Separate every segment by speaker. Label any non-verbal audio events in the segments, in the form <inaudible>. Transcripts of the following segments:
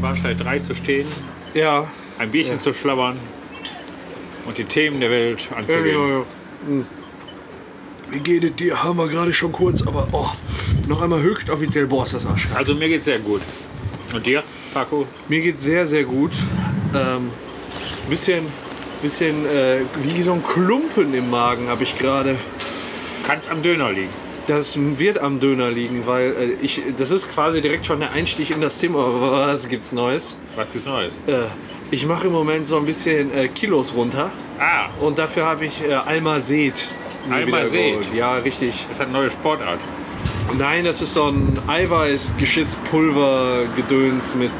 Speaker 1: Bahnsteig 3 zu stehen,
Speaker 2: Ja,
Speaker 1: ein Bierchen zu schlabbern und die Themen der Welt
Speaker 2: ja,
Speaker 1: anzugehen.
Speaker 2: ja, ja. Hm. Wie geht es dir? Haben wir gerade schon kurz, aber oh, noch einmal höchst offiziell Boss, das Arsch.
Speaker 1: Also mir geht's sehr gut. Und dir, Paco?
Speaker 2: Mir geht's sehr, sehr gut. Ähm, bisschen, bisschen äh, wie so ein Klumpen im Magen habe ich gerade.
Speaker 1: Kann's am Döner liegen.
Speaker 2: Das wird am Döner liegen, weil äh, ich, das ist quasi direkt schon der Einstieg in das Thema. Was gibt's Neues?
Speaker 1: Was gibt's Neues?
Speaker 2: Äh, ich mache im Moment so ein bisschen äh, Kilos runter
Speaker 1: Ah,
Speaker 2: und dafür habe ich äh, Alma Seed. mir
Speaker 1: Alma
Speaker 2: wieder
Speaker 1: Seed?
Speaker 2: geholt. Ja, richtig.
Speaker 1: das ist eine neue Sportart.
Speaker 2: Nein, das ist so ein Eiweiß-Geschiss-Pulver-Gedöns mit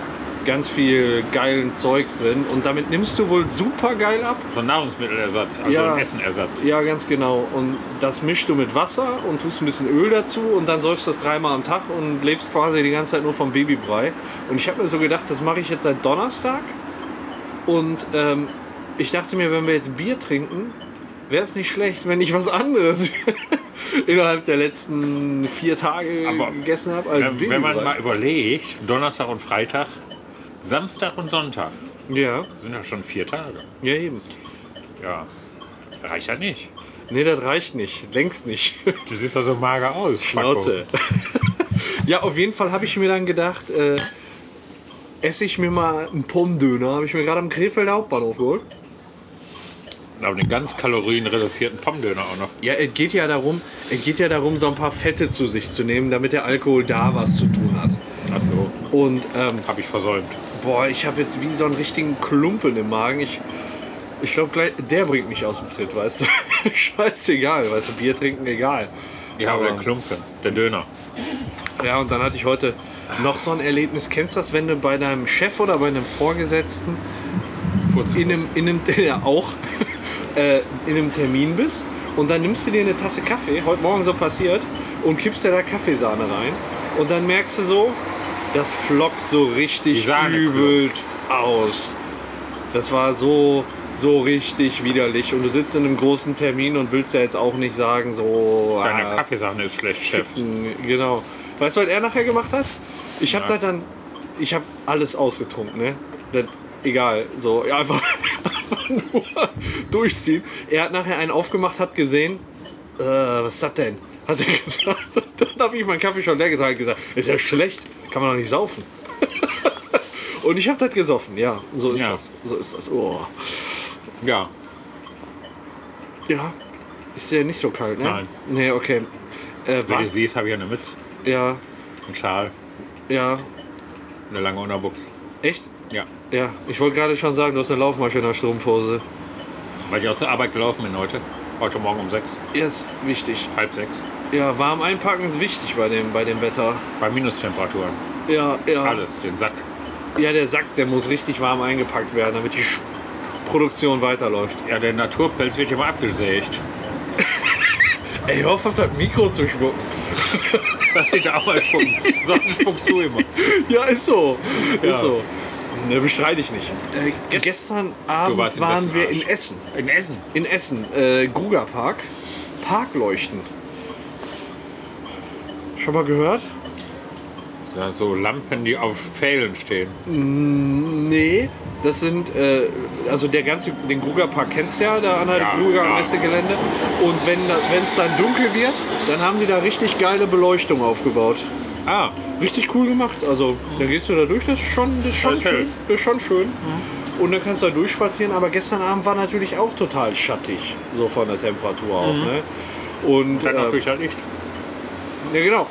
Speaker 2: ganz viel geilen Zeugs drin. Und damit nimmst du wohl super geil ab.
Speaker 1: So ein Nahrungsmittelersatz, also
Speaker 2: Ja.
Speaker 1: ein Essenersatz.
Speaker 2: Ja, ganz genau. Und das mischst du mit Wasser und tust ein bisschen Öl dazu und dann säufst das dreimal am Tag und lebst quasi die ganze Zeit nur vom Babybrei. Und ich habe mir so gedacht, das mache ich jetzt seit Donnerstag. Und ähm, ich dachte mir, wenn wir jetzt Bier trinken, wäre es nicht schlecht, wenn ich was anderes <laughs> innerhalb der letzten vier Tage
Speaker 1: Aber
Speaker 2: gegessen habe als
Speaker 1: Ähm, Wenn,
Speaker 2: Babybrei.
Speaker 1: wenn man mal überlegt, Donnerstag und Freitag, Samstag und Sonntag,
Speaker 2: ja,
Speaker 1: sind ja schon vier Tage.
Speaker 2: ja eben.
Speaker 1: Ja, reicht ja nicht.
Speaker 2: Nee, das reicht nicht. Längst nicht. <laughs>
Speaker 1: Du siehst ja so mager aus.
Speaker 2: Schnauze. <laughs> ja, auf jeden Fall habe ich mir dann gedacht, äh, esse ich mir mal einen Pommdöner. Habe ich mir gerade am Krefelder Hauptbahnhof geholt.
Speaker 1: Paco. Aber den ganz kalorienreduzierten Pommdöner auch noch.
Speaker 2: Ja, es geht ja darum, es geht ja darum, so ein paar Fette zu sich zu nehmen, damit der Alkohol da was zu tun hat.
Speaker 1: Achso,
Speaker 2: Und ähm,
Speaker 1: hab ich versäumt.
Speaker 2: boah, ich habe jetzt wie so einen richtigen Klumpen im Magen. Ich, ich glaube, gleich der bringt mich aus dem Tritt, weißt du. <laughs> Scheißegal, weißt du, Bier trinken egal.
Speaker 1: Ja, aber
Speaker 2: Aber-
Speaker 1: der Klumpen, der Döner.
Speaker 2: Ja, und dann hatte ich heute noch so ein Erlebnis. Kennst du das, wenn du bei deinem Chef oder bei einem Vorgesetzten in einem, in einem, <laughs> ja, auch, äh, in einem Termin bist und dann nimmst du dir eine Tasse Kaffee, heute Morgen so passiert, und kippst dir da Kaffeesahne rein und dann merkst du so, das flockt so
Speaker 1: Die
Speaker 2: richtig
Speaker 1: Sahne
Speaker 2: übelst aus. Das war so, so richtig widerlich und du sitzt in einem großen Termin und willst ja jetzt auch nicht sagen so...
Speaker 1: Deine
Speaker 2: ah,
Speaker 1: Kaffeesache ist schlecht, Chef.
Speaker 2: Mm, Genau. Weißt du, was er nachher gemacht hat? Ich habe
Speaker 1: Nein.
Speaker 2: da dann, ich habe alles ausgetrunken, ne? Das, egal, so <laughs> ja, einfach, einfach nur durchziehen. Er hat nachher einen aufgemacht, hat gesehen, äh, was ist das denn? <laughs> Hat er gesagt. <laughs> Und Dann habe ich meinen Kaffee schon leer gesagt, gesagt, ist ja schlecht, kann man doch nicht saufen. <laughs> Und ich habe das gesoffen, ja, so ist
Speaker 1: Ja.
Speaker 2: das, so ist das. Oh.
Speaker 1: Ja,
Speaker 2: Ja, ist ja nicht so kalt, ne?
Speaker 1: Nein.
Speaker 2: Nee, okay. Äh,
Speaker 1: wenn du
Speaker 2: was?
Speaker 1: siehst, habe ich ja eine Mütze,
Speaker 2: Ja,
Speaker 1: einen Schal,
Speaker 2: ja,
Speaker 1: eine lange Unterbuchs.
Speaker 2: echt?
Speaker 1: Ja,
Speaker 2: Ja, ich wollte gerade schon sagen, du hast eine Laufmasche in der Strumpfhose.
Speaker 1: weil ich auch zur Arbeit gelaufen bin heute. Heute Morgen um sechs,
Speaker 2: Ja, ist wichtig.
Speaker 1: halb sechs.
Speaker 2: Ja, warm einpacken ist wichtig bei dem, bei dem Wetter.
Speaker 1: Bei Minustemperaturen.
Speaker 2: Ja, ja.
Speaker 1: Alles, den Sack.
Speaker 2: Ja, der Sack, der muss richtig warm eingepackt werden, damit die Sch Produktion weiterläuft.
Speaker 1: Ja, der Naturpelz wird ja mal abgesägt. <laughs>
Speaker 2: Ey, hör auf, auf das Mikro zu spucken.
Speaker 1: Das ist auch mal spucken. Sonst spuckst du immer.
Speaker 2: <laughs> Ja, ist so. Ist
Speaker 1: Ja.
Speaker 2: so. Ne, bestreite ich nicht. Äh,
Speaker 1: gest-
Speaker 2: gestern
Speaker 1: Du warst
Speaker 2: Abend
Speaker 1: im
Speaker 2: waren
Speaker 1: besten
Speaker 2: wir
Speaker 1: Arsch.
Speaker 2: in Essen.
Speaker 1: In Essen.
Speaker 2: In Essen, äh, Gruger Park. Parkleuchten. Schon mal gehört?
Speaker 1: Ja, so Lampen, die auf Pfählen stehen.
Speaker 2: Nee, das sind, äh, also der ganze, den Gruger Park kennst du ja, da an der
Speaker 1: Ja,
Speaker 2: Gruger
Speaker 1: ja.
Speaker 2: Messegelände. Und wenn es dann dunkel wird, dann haben die da richtig geile Beleuchtung aufgebaut.
Speaker 1: Ah,
Speaker 2: Richtig cool gemacht. Also dann gehst du da durch, das ist schon, das ist schon
Speaker 1: Das ist hell.
Speaker 2: schön. Das ist schon schön. Und dann kannst du da durchspazieren, aber gestern Abend war natürlich auch total schattig, so von der Temperatur auch. Ne? Und
Speaker 1: dann
Speaker 2: ähm,
Speaker 1: Mhm. natürlich halt nicht.
Speaker 2: ja, genau.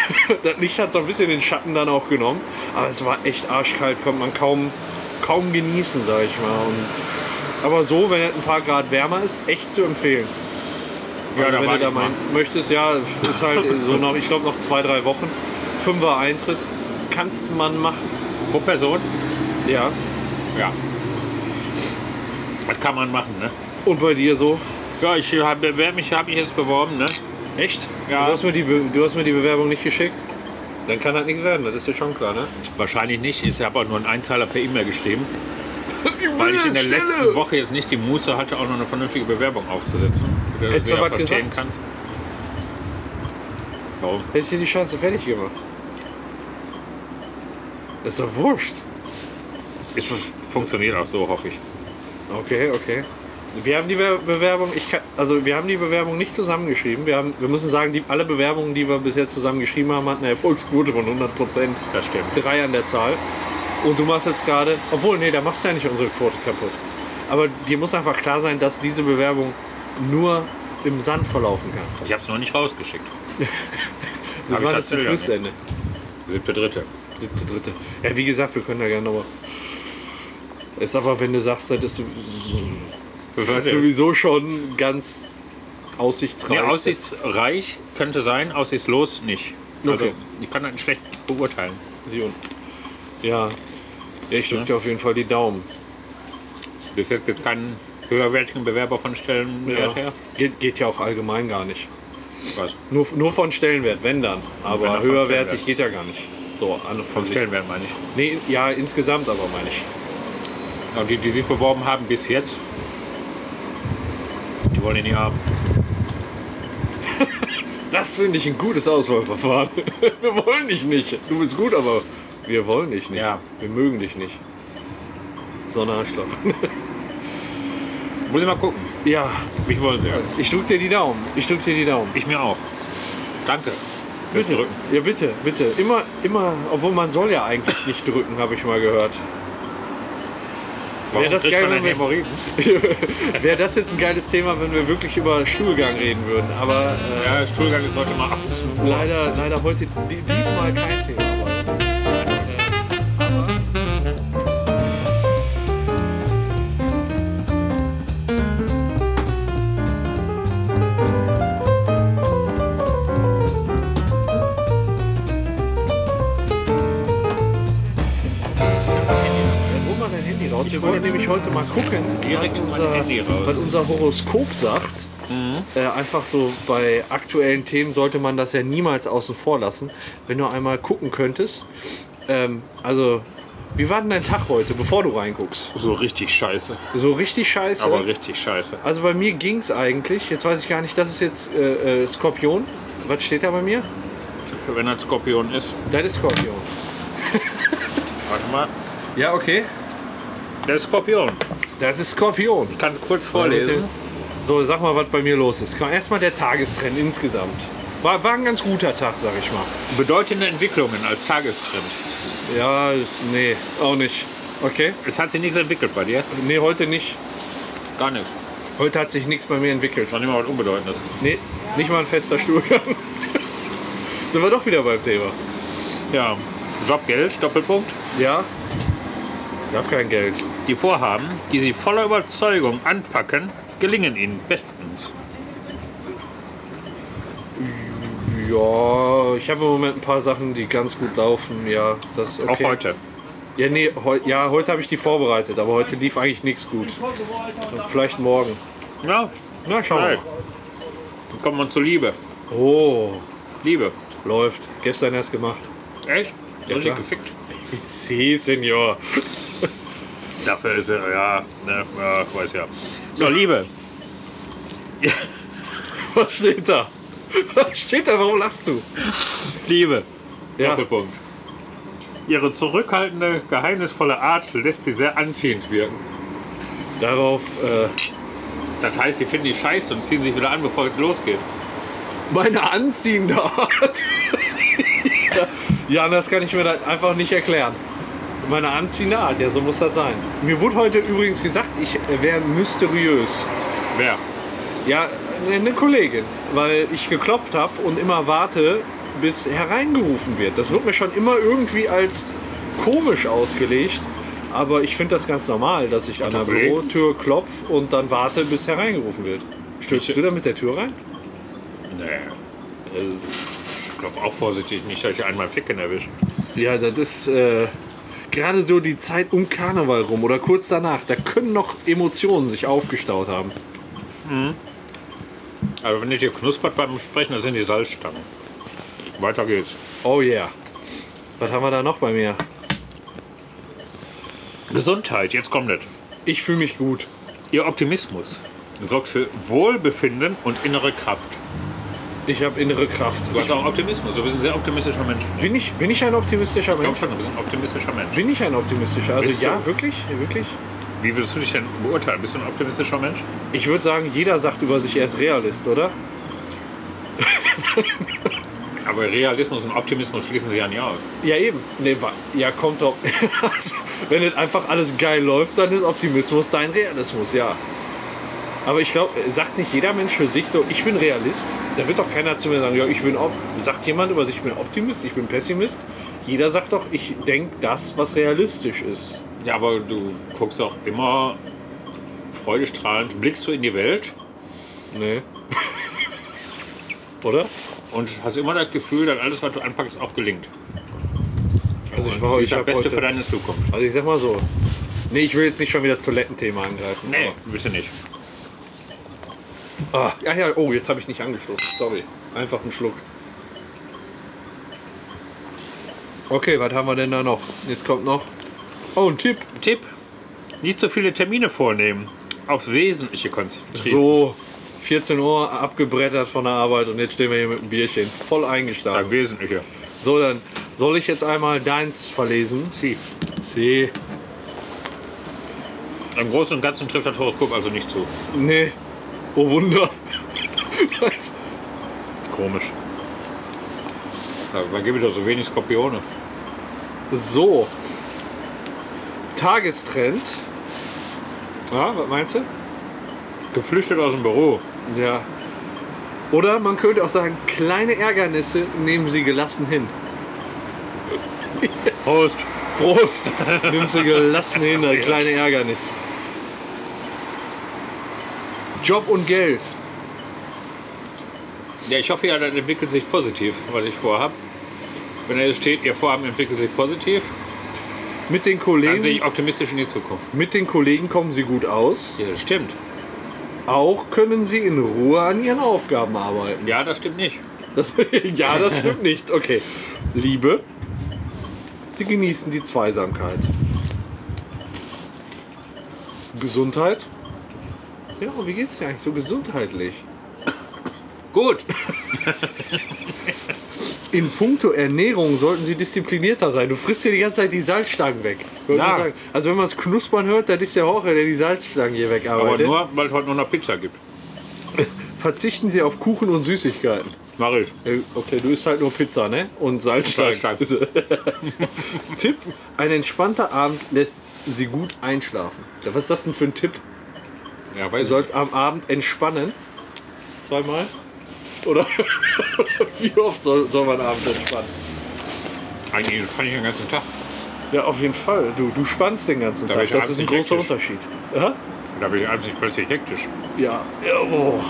Speaker 2: <laughs> das Licht hat so ein bisschen den Schatten dann auch genommen. Aber es war echt arschkalt, konnte man kaum, kaum genießen, sag ich mal. Und, aber so, wenn es ein paar Grad wärmer ist, echt zu empfehlen. Also
Speaker 1: Ja, Also da
Speaker 2: wenn
Speaker 1: war
Speaker 2: du da
Speaker 1: ich mal.
Speaker 2: mein, möchtest, ja,
Speaker 1: <laughs>
Speaker 2: ist halt so noch, ich glaube noch zwei, drei Wochen. Fünfer Eintritt kannst man machen.
Speaker 1: Pro Person?
Speaker 2: Ja.
Speaker 1: Ja. Das kann man machen, ne?
Speaker 2: Und bei dir so?
Speaker 1: Ja, ich habe wer mich, hab mich jetzt beworben, ne?
Speaker 2: Echt?
Speaker 1: Ja.
Speaker 2: Du hast mir die, Be- du hast mir die Bewerbung nicht geschickt? Dann kann das nichts werden, das ist ja schon klar, ne?
Speaker 1: Wahrscheinlich nicht. Ich habe auch nur einen Einzahler per E-Mail geschrieben, weil ich in der letzten Woche jetzt nicht die Muße hatte, auch noch eine vernünftige Bewerbung aufzusetzen. Dass
Speaker 2: Hättest du
Speaker 1: mir
Speaker 2: was
Speaker 1: verstehen
Speaker 2: gesagt?
Speaker 1: kannst. Warum?
Speaker 2: Hätte ich dir die Scheiße fertig gemacht. Ist doch wurscht.
Speaker 1: Es funktioniert auch so, hoffe ich.
Speaker 2: Okay, okay. Wir haben die Wer- Bewerbung, ich kann, also wir haben die Bewerbung nicht zusammengeschrieben. Wir, haben, wir müssen sagen, die, alle Bewerbungen, die wir bis jetzt zusammengeschrieben haben, hatten eine Erfolgsquote von 100 Prozent.
Speaker 1: Das stimmt.
Speaker 2: Drei an der Zahl. Und du machst jetzt gerade, obwohl, nee, da machst du ja nicht unsere Quote kaputt. Aber dir muss einfach klar sein, dass diese Bewerbung nur im Sand verlaufen kann.
Speaker 1: Ich habe es noch nicht rausgeschickt. Hab
Speaker 2: Das
Speaker 1: ich
Speaker 2: war das zum
Speaker 1: tatsächlich auch
Speaker 2: Fristende.
Speaker 1: Siebte, dritte.
Speaker 2: Siebte, dritte. Ja, wie gesagt, wir können da gerne nochmal. Ist aber, wenn du sagst, das ist sowieso schon ganz aussichtsreich.
Speaker 1: Nee, aussichtsreich könnte sein, aussichtslos nicht. Also,
Speaker 2: Okay.
Speaker 1: ich kann das schlecht beurteilen.
Speaker 2: Ja. ja ich drücke dir auf jeden Fall die Daumen.
Speaker 1: Bis jetzt gibt es keinen höherwertigen Bewerber von Stellen her.
Speaker 2: Geht, geht ja auch allgemein gar nicht.
Speaker 1: Was?
Speaker 2: Nur, nur von Stellenwert, wenn dann.
Speaker 1: Wenn
Speaker 2: Aber
Speaker 1: dann von
Speaker 2: höherwertig
Speaker 1: Stellenwert.
Speaker 2: geht ja gar nicht. So, an und von
Speaker 1: Von
Speaker 2: sich.
Speaker 1: Stellenwert meine ich.
Speaker 2: Nee, ja, insgesamt aber meine ich.
Speaker 1: Und Genau, die, die sich beworben haben bis jetzt, die wollen ihn nicht haben.
Speaker 2: Das finde ich ein gutes Auswahlverfahren. <laughs> wir wollen dich nicht. Du bist gut, aber wir wollen dich nicht.
Speaker 1: Ja.
Speaker 2: Wir mögen dich nicht. So ein Arschloch.
Speaker 1: Muss ich mal gucken.
Speaker 2: <laughs> ja,
Speaker 1: Mich wollen sie ja.
Speaker 2: ich drücke dir die Daumen. Ich drücke dir die Daumen.
Speaker 1: Ich mir auch. Danke. Fürs
Speaker 2: Bitte.
Speaker 1: Drücken.
Speaker 2: Ja, bitte, bitte. Immer, immer, obwohl man soll ja eigentlich nicht drücken, habe ich mal gehört.
Speaker 1: Warum
Speaker 2: das
Speaker 1: kriegt
Speaker 2: geil,
Speaker 1: man denn
Speaker 2: wenn wir
Speaker 1: Hämorrhoiden?
Speaker 2: <laughs> Wäre das jetzt ein geiles Thema, wenn wir wirklich über Stuhlgang reden würden. Aber äh,
Speaker 1: Ja, Stuhlgang ist heute mal aus.
Speaker 2: leider, leider heute di- diesmal kein Thema. bei uns. Hol mal dein Handy raus. Wir wollen nämlich heute mal gucken,
Speaker 1: Direkt
Speaker 2: was
Speaker 1: in mein
Speaker 2: unser,
Speaker 1: Handy raus.
Speaker 2: was unser Horoskop sagt. Äh, einfach so bei aktuellen Themen sollte man das ja niemals außen vor lassen. Wenn du einmal gucken könntest. Ähm, also, wie war denn dein Tag heute, bevor du reinguckst?
Speaker 1: So richtig scheiße.
Speaker 2: So richtig scheiße.
Speaker 1: Aber richtig scheiße.
Speaker 2: also bei mir ging's eigentlich. Jetzt weiß ich gar nicht, das ist jetzt äh, äh, Skorpion. Was steht da bei mir?
Speaker 1: Wenn er Skorpion ist.
Speaker 2: Das ist Skorpion.
Speaker 1: Warte mal.
Speaker 2: Ja, okay.
Speaker 1: Der ist Skorpion.
Speaker 2: Das ist Skorpion.
Speaker 1: Ich kann es kurz vorlesen.
Speaker 2: So, sag mal, was bei mir los ist. Komm, Erstmal der Tagestrend insgesamt. War, war ein ganz guter Tag, sag ich mal.
Speaker 1: Bedeutende Entwicklungen als Tagestrend.
Speaker 2: Ja, ist- nee, auch nicht. Okay?
Speaker 1: Es hat sich nichts entwickelt bei dir?
Speaker 2: Nee, heute nicht.
Speaker 1: Gar nichts.
Speaker 2: Heute hat sich nichts bei mir entwickelt.
Speaker 1: Noch nicht mal was Unbedeutendes.
Speaker 2: Nee, nicht mal ein fester Stuhlgang. <laughs> Sind wir doch wieder beim Thema.
Speaker 1: Ja. Job, Geld, Doppelpunkt.
Speaker 2: Ja? Ich hab kein Geld.
Speaker 1: Die Vorhaben, die sie voller Überzeugung anpacken, gelingen ihnen bestens.
Speaker 2: Ja, ich habe im Moment ein paar Sachen, die ganz gut laufen. Ja, das ist okay.
Speaker 1: Auch heute.
Speaker 2: Ja, nee, heu ja, heute habe ich die vorbereitet, aber heute lief eigentlich nichts gut. Vielleicht morgen.
Speaker 1: Ja.
Speaker 2: Na, schauen wir
Speaker 1: Geil.
Speaker 2: mal.
Speaker 1: Dann kommen wir zur Liebe.
Speaker 2: Oh,
Speaker 1: Liebe.
Speaker 2: läuft. Gestern erst gemacht.
Speaker 1: Echt? Ja,
Speaker 2: klar.
Speaker 1: gefickt.
Speaker 2: Sie, Senior. <laughs>
Speaker 1: Dafür ist er, ja, ne, ja, ich weiß ja. So, Liebe.
Speaker 2: Was steht da? Was steht da? Warum lachst du?
Speaker 1: Liebe.
Speaker 2: Ja,
Speaker 1: Doppelpunkt. Ihre zurückhaltende, geheimnisvolle Art lässt sie sehr anziehend wirken.
Speaker 2: darauf. Äh,
Speaker 1: Das heißt, die finden die scheiße und ziehen sich wieder an, bevor es losgeht.
Speaker 2: meine anziehende Art. ja, das kann ich mir das einfach nicht erklären. Meine anziehende Art, ja, so muss das sein. Mir wurde heute übrigens gesagt, ich wäre mysteriös.
Speaker 1: Wer?
Speaker 2: Ja, eine Kollegin, weil ich geklopft habe und immer warte, bis hereingerufen wird. Das wird mir schon immer irgendwie als komisch ausgelegt. Aber ich finde das ganz normal, dass ich an der
Speaker 1: Kollegen?
Speaker 2: Bürotür klopf und dann warte, bis hereingerufen wird. Stürzt
Speaker 1: Ich-
Speaker 2: du da mit der Tür rein?
Speaker 1: Nee. Also, Ich glaube auch vorsichtig nicht, dass ich einmal Ficken erwische.
Speaker 2: Ja, das ist äh, gerade so die Zeit um Karneval rum oder kurz danach. Da können noch Emotionen sich aufgestaut haben.
Speaker 1: Aber Also wenn ich hier knuspert beim Sprechen, das sind die Salzstangen. Weiter geht's.
Speaker 2: Oh yeah. Was haben wir da noch bei mir?
Speaker 1: Gesundheit, jetzt kommt es.
Speaker 2: Ich fühle mich gut.
Speaker 1: Ihr Optimismus sorgt für Wohlbefinden und innere Kraft.
Speaker 2: Ich habe innere Kraft.
Speaker 1: Du hast auch Optimismus. Du bist ein sehr optimistischer Mensch. Ich
Speaker 2: Bin ich, bin ich ein optimistischer
Speaker 1: glaube
Speaker 2: Mensch?
Speaker 1: schon, du bist ein optimistischer Mensch.
Speaker 2: Bin ich ein optimistischer? Also
Speaker 1: Bist du?
Speaker 2: ja, wirklich, wirklich.
Speaker 1: Wie würdest du dich denn beurteilen? Bist du ein optimistischer Mensch?
Speaker 2: Ich würde sagen, jeder sagt über sich, er ist Realist, oder?
Speaker 1: Aber Realismus und Optimismus schließen sich ja nie aus.
Speaker 2: Ja, eben. Nee, wa- ja, kommt doch. <laughs> Wenn jetzt einfach alles geil läuft, dann ist Optimismus dein Realismus, ja. Aber ich glaube, sagt nicht jeder Mensch für sich so, ich bin Realist? Da wird doch keiner zu mir sagen, ja, ich bin Op Sagt jemand über sich, ich bin Optimist, ich bin Pessimist? Jeder sagt doch, ich denke das, was realistisch ist.
Speaker 1: Ja, aber du guckst auch immer freudestrahlend, blickst du in die Welt
Speaker 2: Nee. <laughs> Oder?
Speaker 1: und hast immer das Gefühl, dass alles, was du anpackst, auch gelingt.
Speaker 2: Also ich,
Speaker 1: Das
Speaker 2: war,
Speaker 1: ist
Speaker 2: ich
Speaker 1: das
Speaker 2: hab
Speaker 1: Beste für
Speaker 2: heute,
Speaker 1: deine Zukunft.
Speaker 2: Also ich sag mal so. Nee, ich will jetzt nicht schon wieder das Toilettenthema angreifen.
Speaker 1: Nee, bitte nicht.
Speaker 2: Ah, ja, ja, oh, jetzt habe ich nicht angeschlossen. Sorry. Einfach einen Schluck. Okay, was haben wir denn da noch? Jetzt kommt noch. Oh, ein Tipp.
Speaker 1: Tipp: Nicht so viele Termine vornehmen. Aufs Wesentliche konzentrieren.
Speaker 2: So, 14 Uhr abgebrettert von der Arbeit und jetzt stehen wir hier mit einem Bierchen. Voll
Speaker 1: Das
Speaker 2: eingeschlagen.
Speaker 1: Wesentliche.
Speaker 2: So, dann soll ich jetzt einmal deins verlesen.
Speaker 1: Sie.
Speaker 2: Sie.
Speaker 1: Im Großen und Ganzen trifft das Horoskop also nicht zu.
Speaker 2: Nee. Oh Wunder. Was?
Speaker 1: Komisch. Dabei gibt es doch so wenig Skorpione.
Speaker 2: So. Tagestrend. Ja, was meinst du?
Speaker 1: Geflüchtet aus dem Büro.
Speaker 2: Ja. Oder man könnte auch sagen, kleine Ärgernisse nehmen sie gelassen hin.
Speaker 1: Prost.
Speaker 2: Prost! Nimm sie gelassen hin, das kleine Ärgernis. Job und Geld.
Speaker 1: Ja, ich hoffe ja, das entwickelt sich positiv, was ich vorhab. Wenn da jetzt steht, Ihr Vorhaben entwickelt sich positiv,
Speaker 2: Mit
Speaker 1: dann sehe
Speaker 2: den Kollegen,
Speaker 1: ich optimistisch in die Zukunft.
Speaker 2: mit den Kollegen kommen sie gut aus.
Speaker 1: Ja, das stimmt.
Speaker 2: Auch können sie in Ruhe an ihren Aufgaben arbeiten.
Speaker 1: Ja, das stimmt nicht.
Speaker 2: Das, <laughs> ja, das stimmt nicht. Okay. Liebe, sie genießen die Zweisamkeit. Gesundheit. Ja, wie geht's dir eigentlich so gesundheitlich?
Speaker 1: <laughs> Gut.
Speaker 2: In puncto Ernährung sollten sie disziplinierter sein. Du frisst dir die ganze Zeit die Salzstangen weg. Ich wollte
Speaker 1: Ja.
Speaker 2: nur sagen, Also wenn man es knuspern hört, dann ist der Horche, der die Salzstangen hier
Speaker 1: Aber
Speaker 2: wegarbeitet.
Speaker 1: nur, weil es heute noch eine Pizza gibt.
Speaker 2: Verzichten sie auf Kuchen und Süßigkeiten.
Speaker 1: Mach ich.
Speaker 2: Äh, Okay, du isst halt nur Pizza, ne? Und Salzstangen.
Speaker 1: Salzstangen.
Speaker 2: <laughs> Tipp: Ein entspannter Abend lässt sie gut einschlafen. Ja, Was ist das denn für ein Tipp?
Speaker 1: Ja, weiß
Speaker 2: Du
Speaker 1: ich
Speaker 2: sollst am Abend entspannen. Zweimal? Oder <laughs> wie oft soll, soll man abends entspannen?
Speaker 1: nicht. Eigentlich kann ich den ganzen Tag.
Speaker 2: Ja, auf jeden Fall. Du, du spannst den ganzen
Speaker 1: Da
Speaker 2: Tag.
Speaker 1: bin ich
Speaker 2: Das ist ein
Speaker 1: abends
Speaker 2: großer
Speaker 1: hektisch.
Speaker 2: Unterschied. Ja?
Speaker 1: Da bin ich abends nicht plötzlich hektisch.
Speaker 2: Ja. ja oh,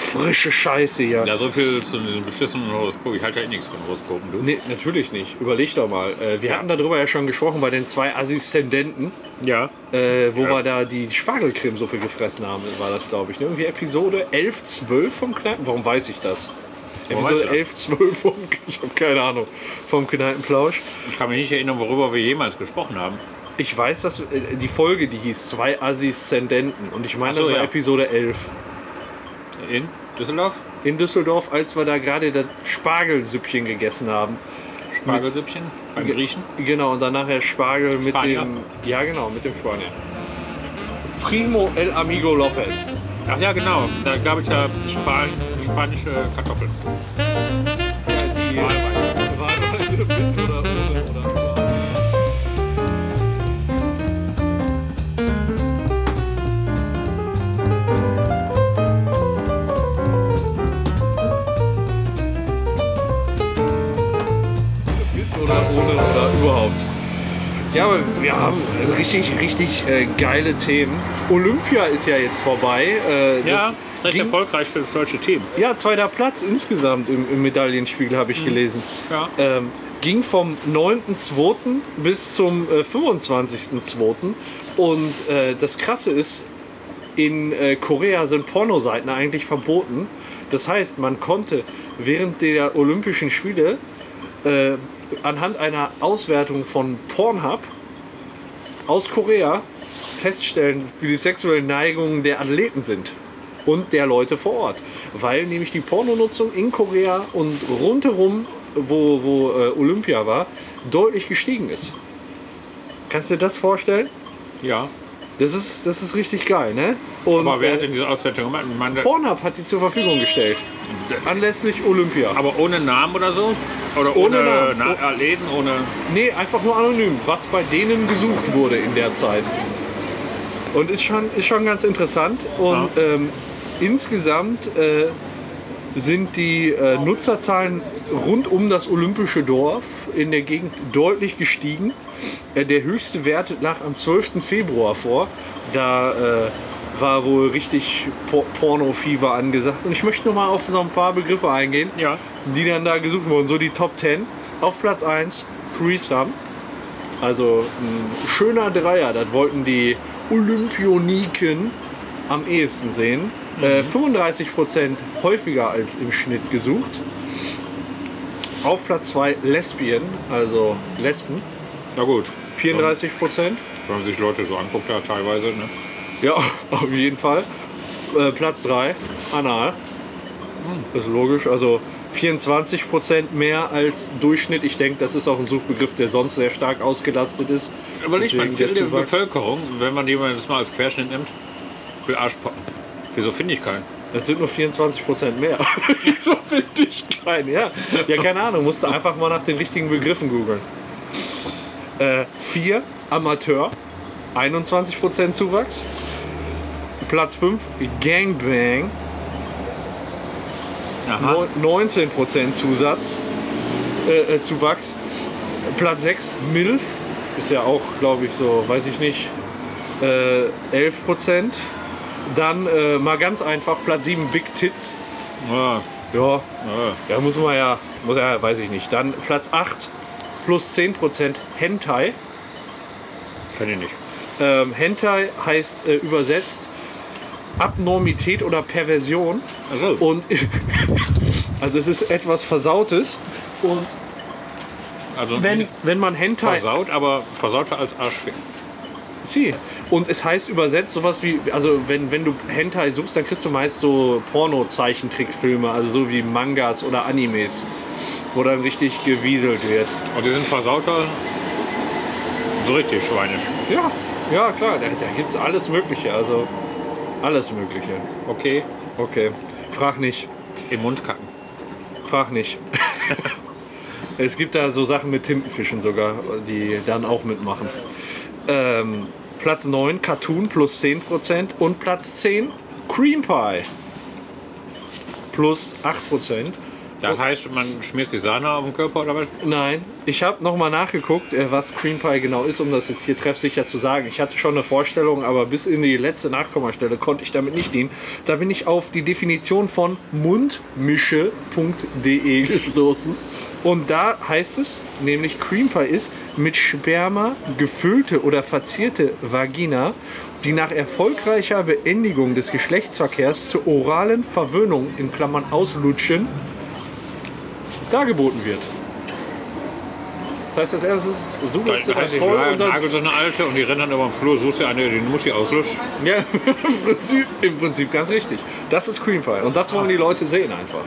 Speaker 2: frische Scheiße hier.
Speaker 1: Ja, so viel zu diesem beschissenen Horoskop. Ich halte ja eh nichts von Horoskopen, du.
Speaker 2: Nee, natürlich nicht. Überleg doch mal. Äh, wir
Speaker 1: Ja.
Speaker 2: hatten darüber ja schon gesprochen bei den zwei Assistenten,
Speaker 1: Ja.
Speaker 2: äh, wo wir da die Spargelcremesuppe gefressen haben, war das, glaube ich. Ne? Irgendwie Episode 11, 12 vom Kneipen. Warum weiß ich das?
Speaker 1: weißt du
Speaker 2: Episode
Speaker 1: das?
Speaker 2: 11, 12 vom, ich habe keine Ahnung, vom Kneipenplausch.
Speaker 1: Ich kann mich nicht erinnern, worüber wir jemals gesprochen haben.
Speaker 2: Ich weiß, dass äh, die Folge, die hieß Zwei Assistenten. Und ich meine,
Speaker 1: Ach so,
Speaker 2: das war
Speaker 1: ja.
Speaker 2: Episode 11.
Speaker 1: In Düsseldorf?
Speaker 2: in Düsseldorf, als wir da gerade das Spargelsüppchen gegessen haben.
Speaker 1: Spargelsüppchen? Beim Griechen?
Speaker 2: Genau, und dann nachher Spargel mit
Speaker 1: Spanier?
Speaker 2: dem. Ja, genau, mit dem Spanier. Primo El Amigo Lopez.
Speaker 1: Ach ja, genau. Da gab es ja Span spanische Kartoffeln.
Speaker 2: Ja, die wahlweise mit oder ohne oder mit oder ohne oder überhaupt. Ja, aber wir haben also richtig, richtig äh, geile Themen. Olympia ist ja jetzt vorbei. Äh, das
Speaker 1: Ja, recht
Speaker 2: ging-
Speaker 1: erfolgreich für das deutsche Team.
Speaker 2: ja, zweiter Platz insgesamt im, im Medaillenspiegel, habe ich gelesen.
Speaker 1: Ja.
Speaker 2: Ähm, ging vom 9.2. bis zum äh, 25.2. Und äh, das Krasse ist, in äh, Korea sind Pornoseiten eigentlich verboten. Das heißt, man konnte während der Olympischen Spiele äh, anhand einer Auswertung von Pornhub aus Korea feststellen, wie die sexuellen Neigungen der Athleten sind. und der Leute vor Ort. Weil nämlich die Pornonutzung in Korea und rundherum, wo, wo äh, Olympia war, deutlich gestiegen ist. Kannst du dir das vorstellen?
Speaker 1: Ja.
Speaker 2: Das ist, das ist richtig geil, ne? Und
Speaker 1: Aber wer hat
Speaker 2: äh,
Speaker 1: denn diese Auswertung gemacht? Ich meine,
Speaker 2: Pornhub hat die zur Verfügung gestellt. Anlässlich Olympia.
Speaker 1: aber ohne Namen oder so? Oder
Speaker 2: Ohne
Speaker 1: ohne,
Speaker 2: Namen.
Speaker 1: Na Läden, ohne.
Speaker 2: Nee, einfach nur anonym, was bei denen gesucht wurde in der Zeit. Und ist schon, ist schon ganz interessant. Und ähm, insgesamt äh, sind die äh, Nutzerzahlen rund um das Olympische Dorf in der Gegend deutlich gestiegen. Äh, der höchste Wert lag am 12. Februar vor. Da äh, war wohl richtig Por Porno-Fever angesagt. Und ich möchte nochmal auf so ein paar Begriffe eingehen
Speaker 1: Ja.
Speaker 2: die dann da gesucht wurden. So die Top 10. Auf Platz 1 Threesome. Also ein schöner Dreier. Das wollten die Olympioniken am ehesten sehen.
Speaker 1: Mhm.
Speaker 2: Äh, 35% häufiger als im Schnitt gesucht. Auf Platz 2 Lesbien, also Lesben,
Speaker 1: Na gut.
Speaker 2: 34%. Prozent.
Speaker 1: Wenn man sich Leute so anguckt, da teilweise. Ne?
Speaker 2: Ja, <laughs> auf jeden Fall. Äh, Platz 3, Anal.
Speaker 1: Hm.
Speaker 2: Ist logisch, also 24% mehr als Durchschnitt. Ich denke, das ist auch ein Suchbegriff, der sonst sehr stark ausgelastet ist.
Speaker 1: Überleg mal,
Speaker 2: Deswegen
Speaker 1: Viertel der
Speaker 2: Zuwachs-
Speaker 1: Bevölkerung, wenn man jemanden das mal als Querschnitt nimmt, will Arschpocken. Wieso finde ich keinen?
Speaker 2: Das sind nur 24% mehr. <laughs> Wieso finde ich keinen? Ja. ja, keine Ahnung. Musst du einfach mal nach den richtigen Begriffen googeln. Äh, 4 Amateur, 21% Zuwachs. Platz 5 Gangbang,
Speaker 1: Aha.
Speaker 2: Neu- 19% Zusatz, äh, äh, Zuwachs. Platz 6, MILF, ist ja auch, glaube ich, so, weiß ich nicht, äh, 11%. Dann äh, mal ganz einfach, Platz 7, Big Tits.
Speaker 1: Ja,
Speaker 2: Ja,
Speaker 1: ja.
Speaker 2: ja, muss man ja, muss ja, weiß ich nicht. Dann Platz 8, plus 10% Hentai.
Speaker 1: Kann ich nicht.
Speaker 2: Ähm, Hentai heißt äh, übersetzt Abnormität oder Perversion.
Speaker 1: Also,
Speaker 2: Und <laughs> also es ist etwas Versautes. Und
Speaker 1: also
Speaker 2: wenn, wenn man Hentai.
Speaker 1: versaut, aber versauter als Arschficken.
Speaker 2: Sie. Und es heißt übersetzt sowas wie, also wenn, wenn du Hentai suchst, dann kriegst du meist so Porno-Zeichentrickfilme, also so wie Mangas oder Animes, wo dann richtig gewieselt wird.
Speaker 1: Und die sind versauter, so richtig schweinisch.
Speaker 2: Ja, ja klar, da, da gibt's alles Mögliche, also alles Mögliche.
Speaker 1: Okay,
Speaker 2: Okay, frag nicht,
Speaker 1: im Mund kacken.
Speaker 2: frag nicht. <laughs> es gibt da so Sachen mit Tintenfischen sogar, die dann auch mitmachen. Ähm, Platz 9, Cartoon plus 10% und Platz 10, Cream Pie plus 8%.
Speaker 1: Da
Speaker 2: Oh.
Speaker 1: heißt, man schmiert sich Sahne auf den Körper oder was?
Speaker 2: Nein, ich habe nochmal nachgeguckt, äh, was Cream Pie genau ist, um das jetzt hier treffsicher zu sagen. Ich hatte schon eine Vorstellung, aber bis in die letzte Nachkommastelle konnte ich damit nicht dienen. Da bin ich auf die Definition von mundmische.de gestoßen. Und da heißt es nämlich, Cream Pie ist mit Sperma gefüllte oder verzierte Vagina, die nach erfolgreicher Beendigung des Geschlechtsverkehrs zur oralen Verwöhnung in Klammern auslutschen dargeboten wird. Das heißt, als erstes suche
Speaker 1: Da
Speaker 2: jetzt
Speaker 1: heißt,
Speaker 2: halt voll
Speaker 1: ich war
Speaker 2: und dann,
Speaker 1: nagel so eine alte und die rennt dann über den Flur, suchst dir eine, die den Muschi auslutscht.
Speaker 2: <laughs> ja, im, Prinzip, im Prinzip ganz richtig. Das ist Cream Pie und das wollen die Leute sehen einfach.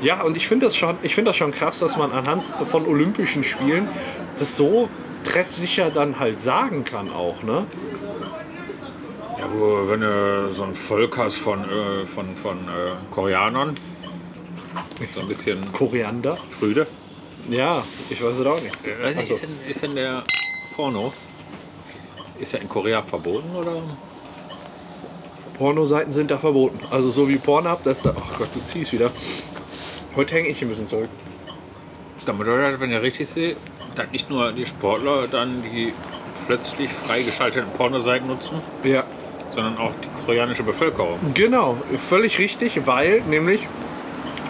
Speaker 2: Ja, und ich finde das, schon- ich find das schon krass, dass man anhand von Olympischen Spielen das so treffsicher dann halt sagen kann auch, ne?
Speaker 1: Ja, aber wenn du so ein Volk hast von, äh, von, von äh, Koreanern, so ein bisschen
Speaker 2: Koriander?
Speaker 1: Trüde.
Speaker 2: Ja, ich weiß es auch nicht.
Speaker 1: Äh,
Speaker 2: Also,
Speaker 1: Weiß nicht, ist, denn, ist denn der Porno, ist er in Korea verboten oder?
Speaker 2: Pornoseiten sind da verboten. Also so wie Pornhub, das ist da... Ach Gott, du ziehst wieder. Heute hänge ich ein bisschen zurück.
Speaker 1: Dann bedeutet das, wenn ich richtig sehe, dass nicht nur die Sportler dann die plötzlich freigeschalteten Pornoseiten nutzen,
Speaker 2: Ja,
Speaker 1: sondern auch die koreanische Bevölkerung.
Speaker 2: Genau, völlig richtig, weil nämlich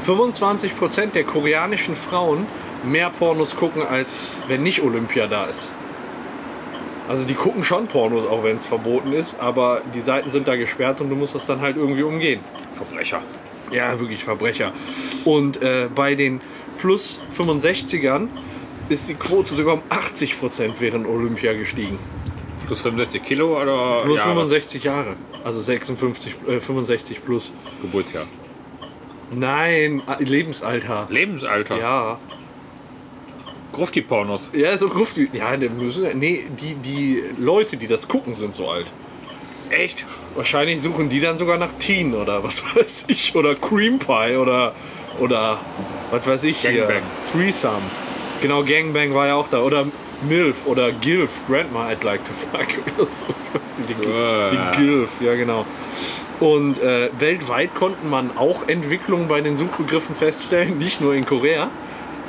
Speaker 2: 25% der koreanischen Frauen mehr Pornos gucken, als wenn nicht Olympia da ist. Also die gucken schon Pornos, auch wenn es verboten ist, aber die Seiten sind da gesperrt und du musst das dann halt irgendwie umgehen.
Speaker 1: Verbrecher.
Speaker 2: Ja, wirklich Verbrecher. Und äh, bei den plus 65ern ist die Quote sogar um 80% während Olympia gestiegen.
Speaker 1: Plus 65 Kilo oder?
Speaker 2: Plus
Speaker 1: Ja,
Speaker 2: 65 Jahre. Also 56, äh, 65 plus.
Speaker 1: Geburtsjahr.
Speaker 2: Nein, ah, Lebensalter.
Speaker 1: Lebensalter.
Speaker 2: Ja.
Speaker 1: Grufti-Pornos.
Speaker 2: Ja, so Grufti. Ja, die müssen, nee, die, die Leute, die das gucken, sind so alt.
Speaker 1: Echt?
Speaker 2: Wahrscheinlich suchen die dann sogar nach Teen oder was <laughs> weiß ich. Oder Cream Pie oder, oder was weiß ich hier.
Speaker 1: Gangbang.
Speaker 2: Threesome. Genau, Gangbang war ja auch da. Oder MILF oder GILF. Grandma I'd like to fuck <laughs> oder so. Die,
Speaker 1: Uah.
Speaker 2: die GILF, ja genau. Und äh, weltweit konnte man auch Entwicklungen bei den Suchbegriffen feststellen, <laughs> nicht nur in Korea.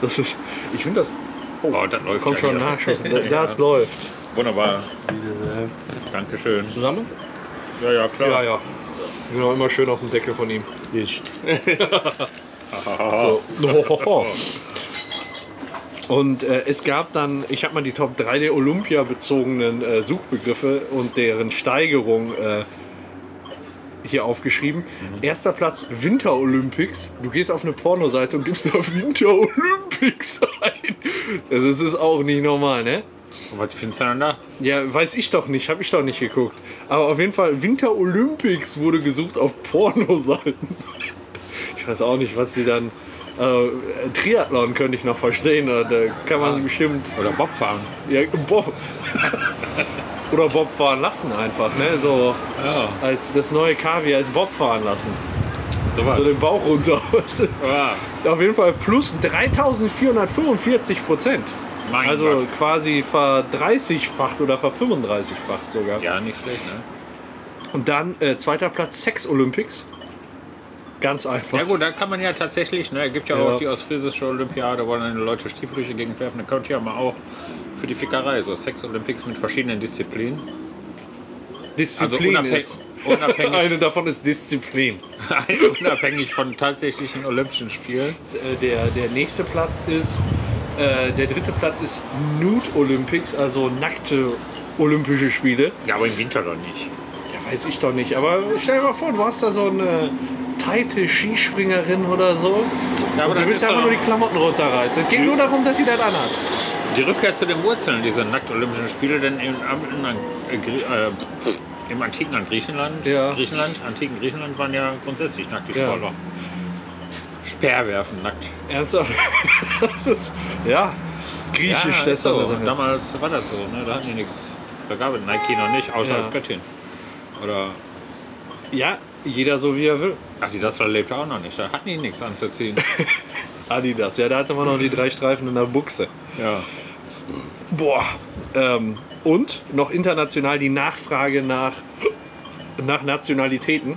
Speaker 2: Das ist, ich finde das,
Speaker 1: Oh, das läuft
Speaker 2: kommt
Speaker 1: ja
Speaker 2: schon
Speaker 1: hier.
Speaker 2: nach, schon, <laughs> das läuft.
Speaker 1: Wunderbar. Dankeschön.
Speaker 3: Zusammen?
Speaker 1: Ja, ja, klar.
Speaker 2: Ja, ja. Genau, immer schön auf dem Deckel von ihm. <laughs>
Speaker 3: Nicht.
Speaker 2: So. <laughs> Und äh, es gab dann, ich habe mal die Top 3 der Olympia-bezogenen äh, Suchbegriffe und deren Steigerung äh, hier aufgeschrieben. Erster Platz Winter Olympics. Du gehst auf eine Pornoseite und gibst <laughs> auf Winter Olympics ein. Also, Das ist auch nicht normal, ne?
Speaker 1: Und was findest du denn da?
Speaker 2: Ja, weiß ich doch nicht, habe ich doch nicht geguckt. Aber auf jeden Fall, Winter Olympics wurde gesucht auf Pornoseiten. <laughs> Ich weiß auch nicht, was sie dann. Äh, Triathlon könnte ich noch verstehen, da da kann
Speaker 1: Ah.
Speaker 2: man bestimmt.
Speaker 1: Oder Bobfahren.
Speaker 2: Ja,
Speaker 1: <laughs>
Speaker 2: Bob. Oder Bob fahren lassen einfach, ne? So
Speaker 1: Ja.
Speaker 2: als das neue Kaviar ist Bob fahren lassen.
Speaker 1: Sowas.
Speaker 2: So den Bauch
Speaker 1: <laughs>
Speaker 2: runter.
Speaker 1: ah,
Speaker 2: auf jeden Fall plus 3445 Prozent.
Speaker 1: mein
Speaker 2: Also
Speaker 1: Gott.
Speaker 2: quasi ver 30-facht oder ver 35-facht sogar.
Speaker 1: Ja, nicht schlecht, ne?
Speaker 2: Und dann äh, zweiter Platz Sex Olympics. Ganz einfach.
Speaker 1: Ja gut, da kann man ja tatsächlich, ne, gibt ja,
Speaker 2: Ja.
Speaker 1: auch die ostfriesische Olympiade, wo dann die Leute Stiefel durch die Gegend werfen, da könnte ja mal auch für die Fickerei, so Sex-Olympics mit verschiedenen Disziplinen.
Speaker 2: Disziplin
Speaker 1: unabhäng-
Speaker 2: ist.
Speaker 1: Also unabhängig- <laughs>
Speaker 2: Eine davon ist Disziplin.
Speaker 1: Unabhängig von tatsächlichen Olympischen Spielen.
Speaker 2: Äh, der, der nächste Platz ist, äh, der dritte Platz ist Nude Olympics, also nackte Olympische Spiele.
Speaker 1: Ja, aber im Winter doch nicht.
Speaker 2: Ja, weiß ich doch nicht, aber stell dir mal vor, du hast da so eine tighte Skispringerin oder so.
Speaker 1: Ja, aber
Speaker 2: Und du
Speaker 1: das ist
Speaker 2: willst einfach
Speaker 1: doch-
Speaker 2: nur die Klamotten runterreißen. Es geht nur darum, dass die das anhat.
Speaker 1: Die Rückkehr zu den Wurzeln dieser nackt-Olympischen Spiele, denn im, im, äh, im antiken an Griechenland,
Speaker 2: Ja.
Speaker 1: Griechenland, antiken Griechenland waren ja grundsätzlich nackte
Speaker 2: Ja.
Speaker 1: Sportler. Speerwerfen nackt.
Speaker 2: Ernsthaft? <laughs> Das ist, ja, griechisch,
Speaker 1: ja,
Speaker 2: das
Speaker 1: ist
Speaker 2: ist so.
Speaker 1: so. Damals war das so, ne? da hatten die nichts. Da gab es Nike noch nicht, außer
Speaker 2: Ja.
Speaker 1: als Göttin. Oder
Speaker 2: Ja, jeder so wie er will.
Speaker 1: Adidas lebte auch noch nicht, da hatten die nichts
Speaker 2: <laughs>
Speaker 1: anzuziehen.
Speaker 2: Adidas, ja, da hatte man noch die drei Streifen in der Buchse.
Speaker 1: ja.
Speaker 2: Boah. Ähm, und noch international die Nachfrage nach, nach Nationalitäten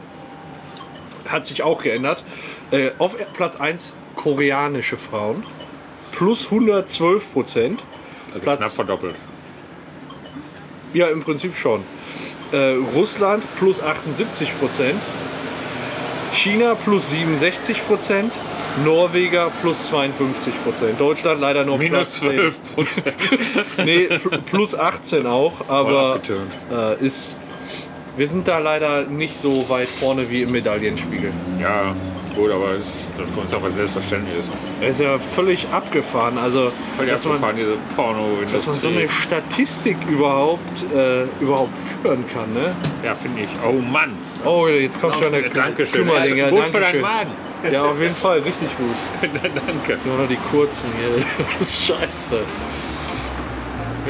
Speaker 2: hat sich auch geändert. Äh, auf Platz 1 koreanische Frauen. Plus 112 Prozent.
Speaker 1: Also
Speaker 2: Platz-
Speaker 1: knapp verdoppelt.
Speaker 2: Ja, im Prinzip schon. Äh, Russland plus 78 Prozent. China plus 67 Prozent. Norweger plus 52 Prozent. Deutschland leider nur auf Platz
Speaker 1: Minus
Speaker 2: 10.
Speaker 1: 12 Prozent.
Speaker 2: <laughs> Nee, pl- plus 18 auch, aber
Speaker 1: abgetönt.
Speaker 2: äh, ist. Wir sind da leider nicht so weit vorne wie im Medaillenspiegel.
Speaker 1: ja, gut, aber es ist für uns auch was Selbstverständliches.
Speaker 2: Er ist ja völlig abgefahren. Also,
Speaker 1: Voll
Speaker 2: dass, man,
Speaker 1: abgefahren, diese Pornoindustrie.
Speaker 2: dass man so eine Statistik überhaupt, äh, überhaupt führen kann. Ne?
Speaker 1: Ja, finde ich. Oh Mann.
Speaker 2: Oh, jetzt kommt schon der
Speaker 1: Dankeschön.
Speaker 2: Kümmerling. Ja,
Speaker 1: gut
Speaker 2: Dankeschön.
Speaker 1: für deinen Magen.
Speaker 2: Ja, auf jeden Fall, richtig gut.
Speaker 1: <laughs> Danke.
Speaker 2: Nur noch die kurzen hier. <laughs> Das ist scheiße.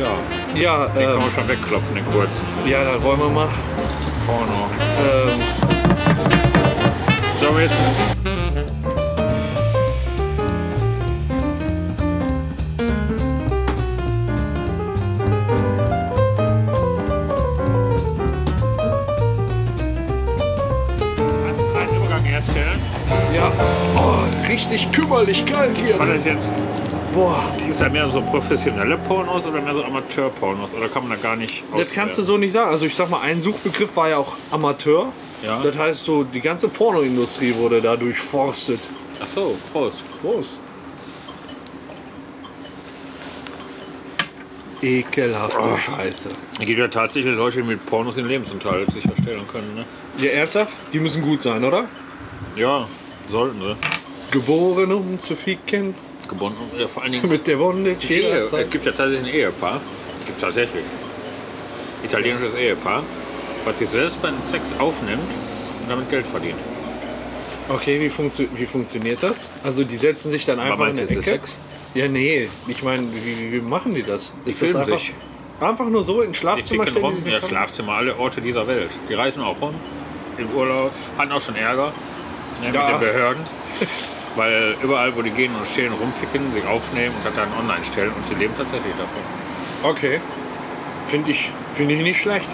Speaker 1: Ja,
Speaker 2: Ja,
Speaker 1: kann
Speaker 2: ähm,
Speaker 1: man schon wegklopfen, den kurzen
Speaker 2: ja, dann wollen wir mal.
Speaker 1: Porno.
Speaker 2: Ähm.
Speaker 1: So, jetzt. Hast du einen Übergang herstellen?
Speaker 2: Ja. Oh, richtig kümmerlich kalt hier.
Speaker 1: War das jetzt
Speaker 2: Boah.
Speaker 1: Ist da mehr so professionelle Pornos oder mehr so Amateur-Pornos? Oder kann man da gar nicht
Speaker 2: Das kannst du so nicht sagen. Also ich sag mal, ein Suchbegriff war ja auch Amateur.
Speaker 1: Ja.
Speaker 2: Das heißt so, die ganze Pornoindustrie wurde da durchforstet.
Speaker 1: Ach so, Prost.
Speaker 2: Groß. Ekelhafte
Speaker 1: Oh.
Speaker 2: Scheiße.
Speaker 1: Es gibt ja tatsächlich Leute, die mit Pornos den Lebensunterhalt sicherstellen können, ne?
Speaker 2: Ja, ernsthaft? Die müssen gut sein, oder?
Speaker 1: Ja, sollten sie.
Speaker 2: Geboren, um zu ficken.
Speaker 1: Gebunden. Ja, vor allen Dingen
Speaker 2: Mit der Bondage
Speaker 1: Ehe. Es
Speaker 2: jederzeit.
Speaker 1: gibt ja tatsächlich ein Ehepaar. Es gibt tatsächlich. Italienisches Ehepaar. was sich selbst beim Sex aufnimmt und damit Geld verdient.
Speaker 2: Okay, wie, funktio wie funktioniert das? Also die setzen sich dann einfach in
Speaker 1: meinst
Speaker 2: eine
Speaker 1: du,
Speaker 2: Ecke.
Speaker 1: ist das Sex?
Speaker 2: Ja, nee, ich meine, wie, wie, wie machen die das? Die
Speaker 1: filmen
Speaker 2: das einfach,
Speaker 1: sich.
Speaker 2: einfach nur so in
Speaker 1: Die
Speaker 2: Schlafzimmer
Speaker 1: ticken rum,
Speaker 2: stellen? die sich
Speaker 1: ja,
Speaker 2: an?
Speaker 1: Schlafzimmer, alle Orte dieser Welt. Die reisen auch rum im Urlaub, hatten auch schon Ärger ne,
Speaker 2: Ja.
Speaker 1: mit den <laughs> Behörden. Weil überall, wo die gehen und stehen, rumficken, sich aufnehmen und das dann online stellen und sie leben tatsächlich davon.
Speaker 2: Okay. Finde ich, find ich nicht schlecht.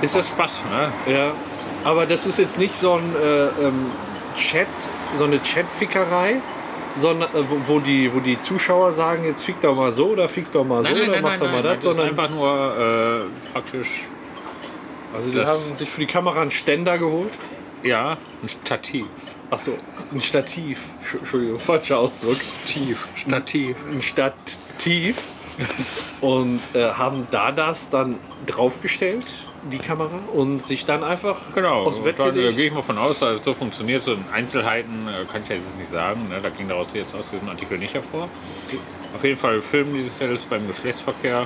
Speaker 2: Ist das.
Speaker 1: Spaß, ne?
Speaker 2: Ja. Aber das ist jetzt nicht so ein äh, ähm, Chat, so eine Chatfickerei, sondern äh, wo, wo, die, wo die Zuschauer sagen, jetzt fick doch mal so oder fick doch mal so oder mach doch mal
Speaker 1: das
Speaker 2: das,
Speaker 1: ist
Speaker 2: sondern
Speaker 1: einfach nur äh, praktisch,
Speaker 2: also die
Speaker 1: das-
Speaker 2: haben sich für die Kamera einen Ständer geholt.
Speaker 1: ja, ein Stativ.
Speaker 2: Achso, ein Stativ. Sch- Entschuldigung, falscher Ausdruck.
Speaker 1: Tief, Stativ.
Speaker 2: Ein Stativ. Und äh, haben da das dann draufgestellt, die Kamera, und sich dann einfach
Speaker 1: Genau,
Speaker 2: aus dem Bett
Speaker 1: und dann äh,
Speaker 2: gelegt.
Speaker 1: gehe ich mal von aus, dass es so funktioniert. So in Einzelheiten äh, kann ich ja jetzt nicht sagen. Ne? Da ging daraus jetzt aus diesem Artikel nicht hervor. Auf jeden Fall filmen die sich selbst beim Geschlechtsverkehr.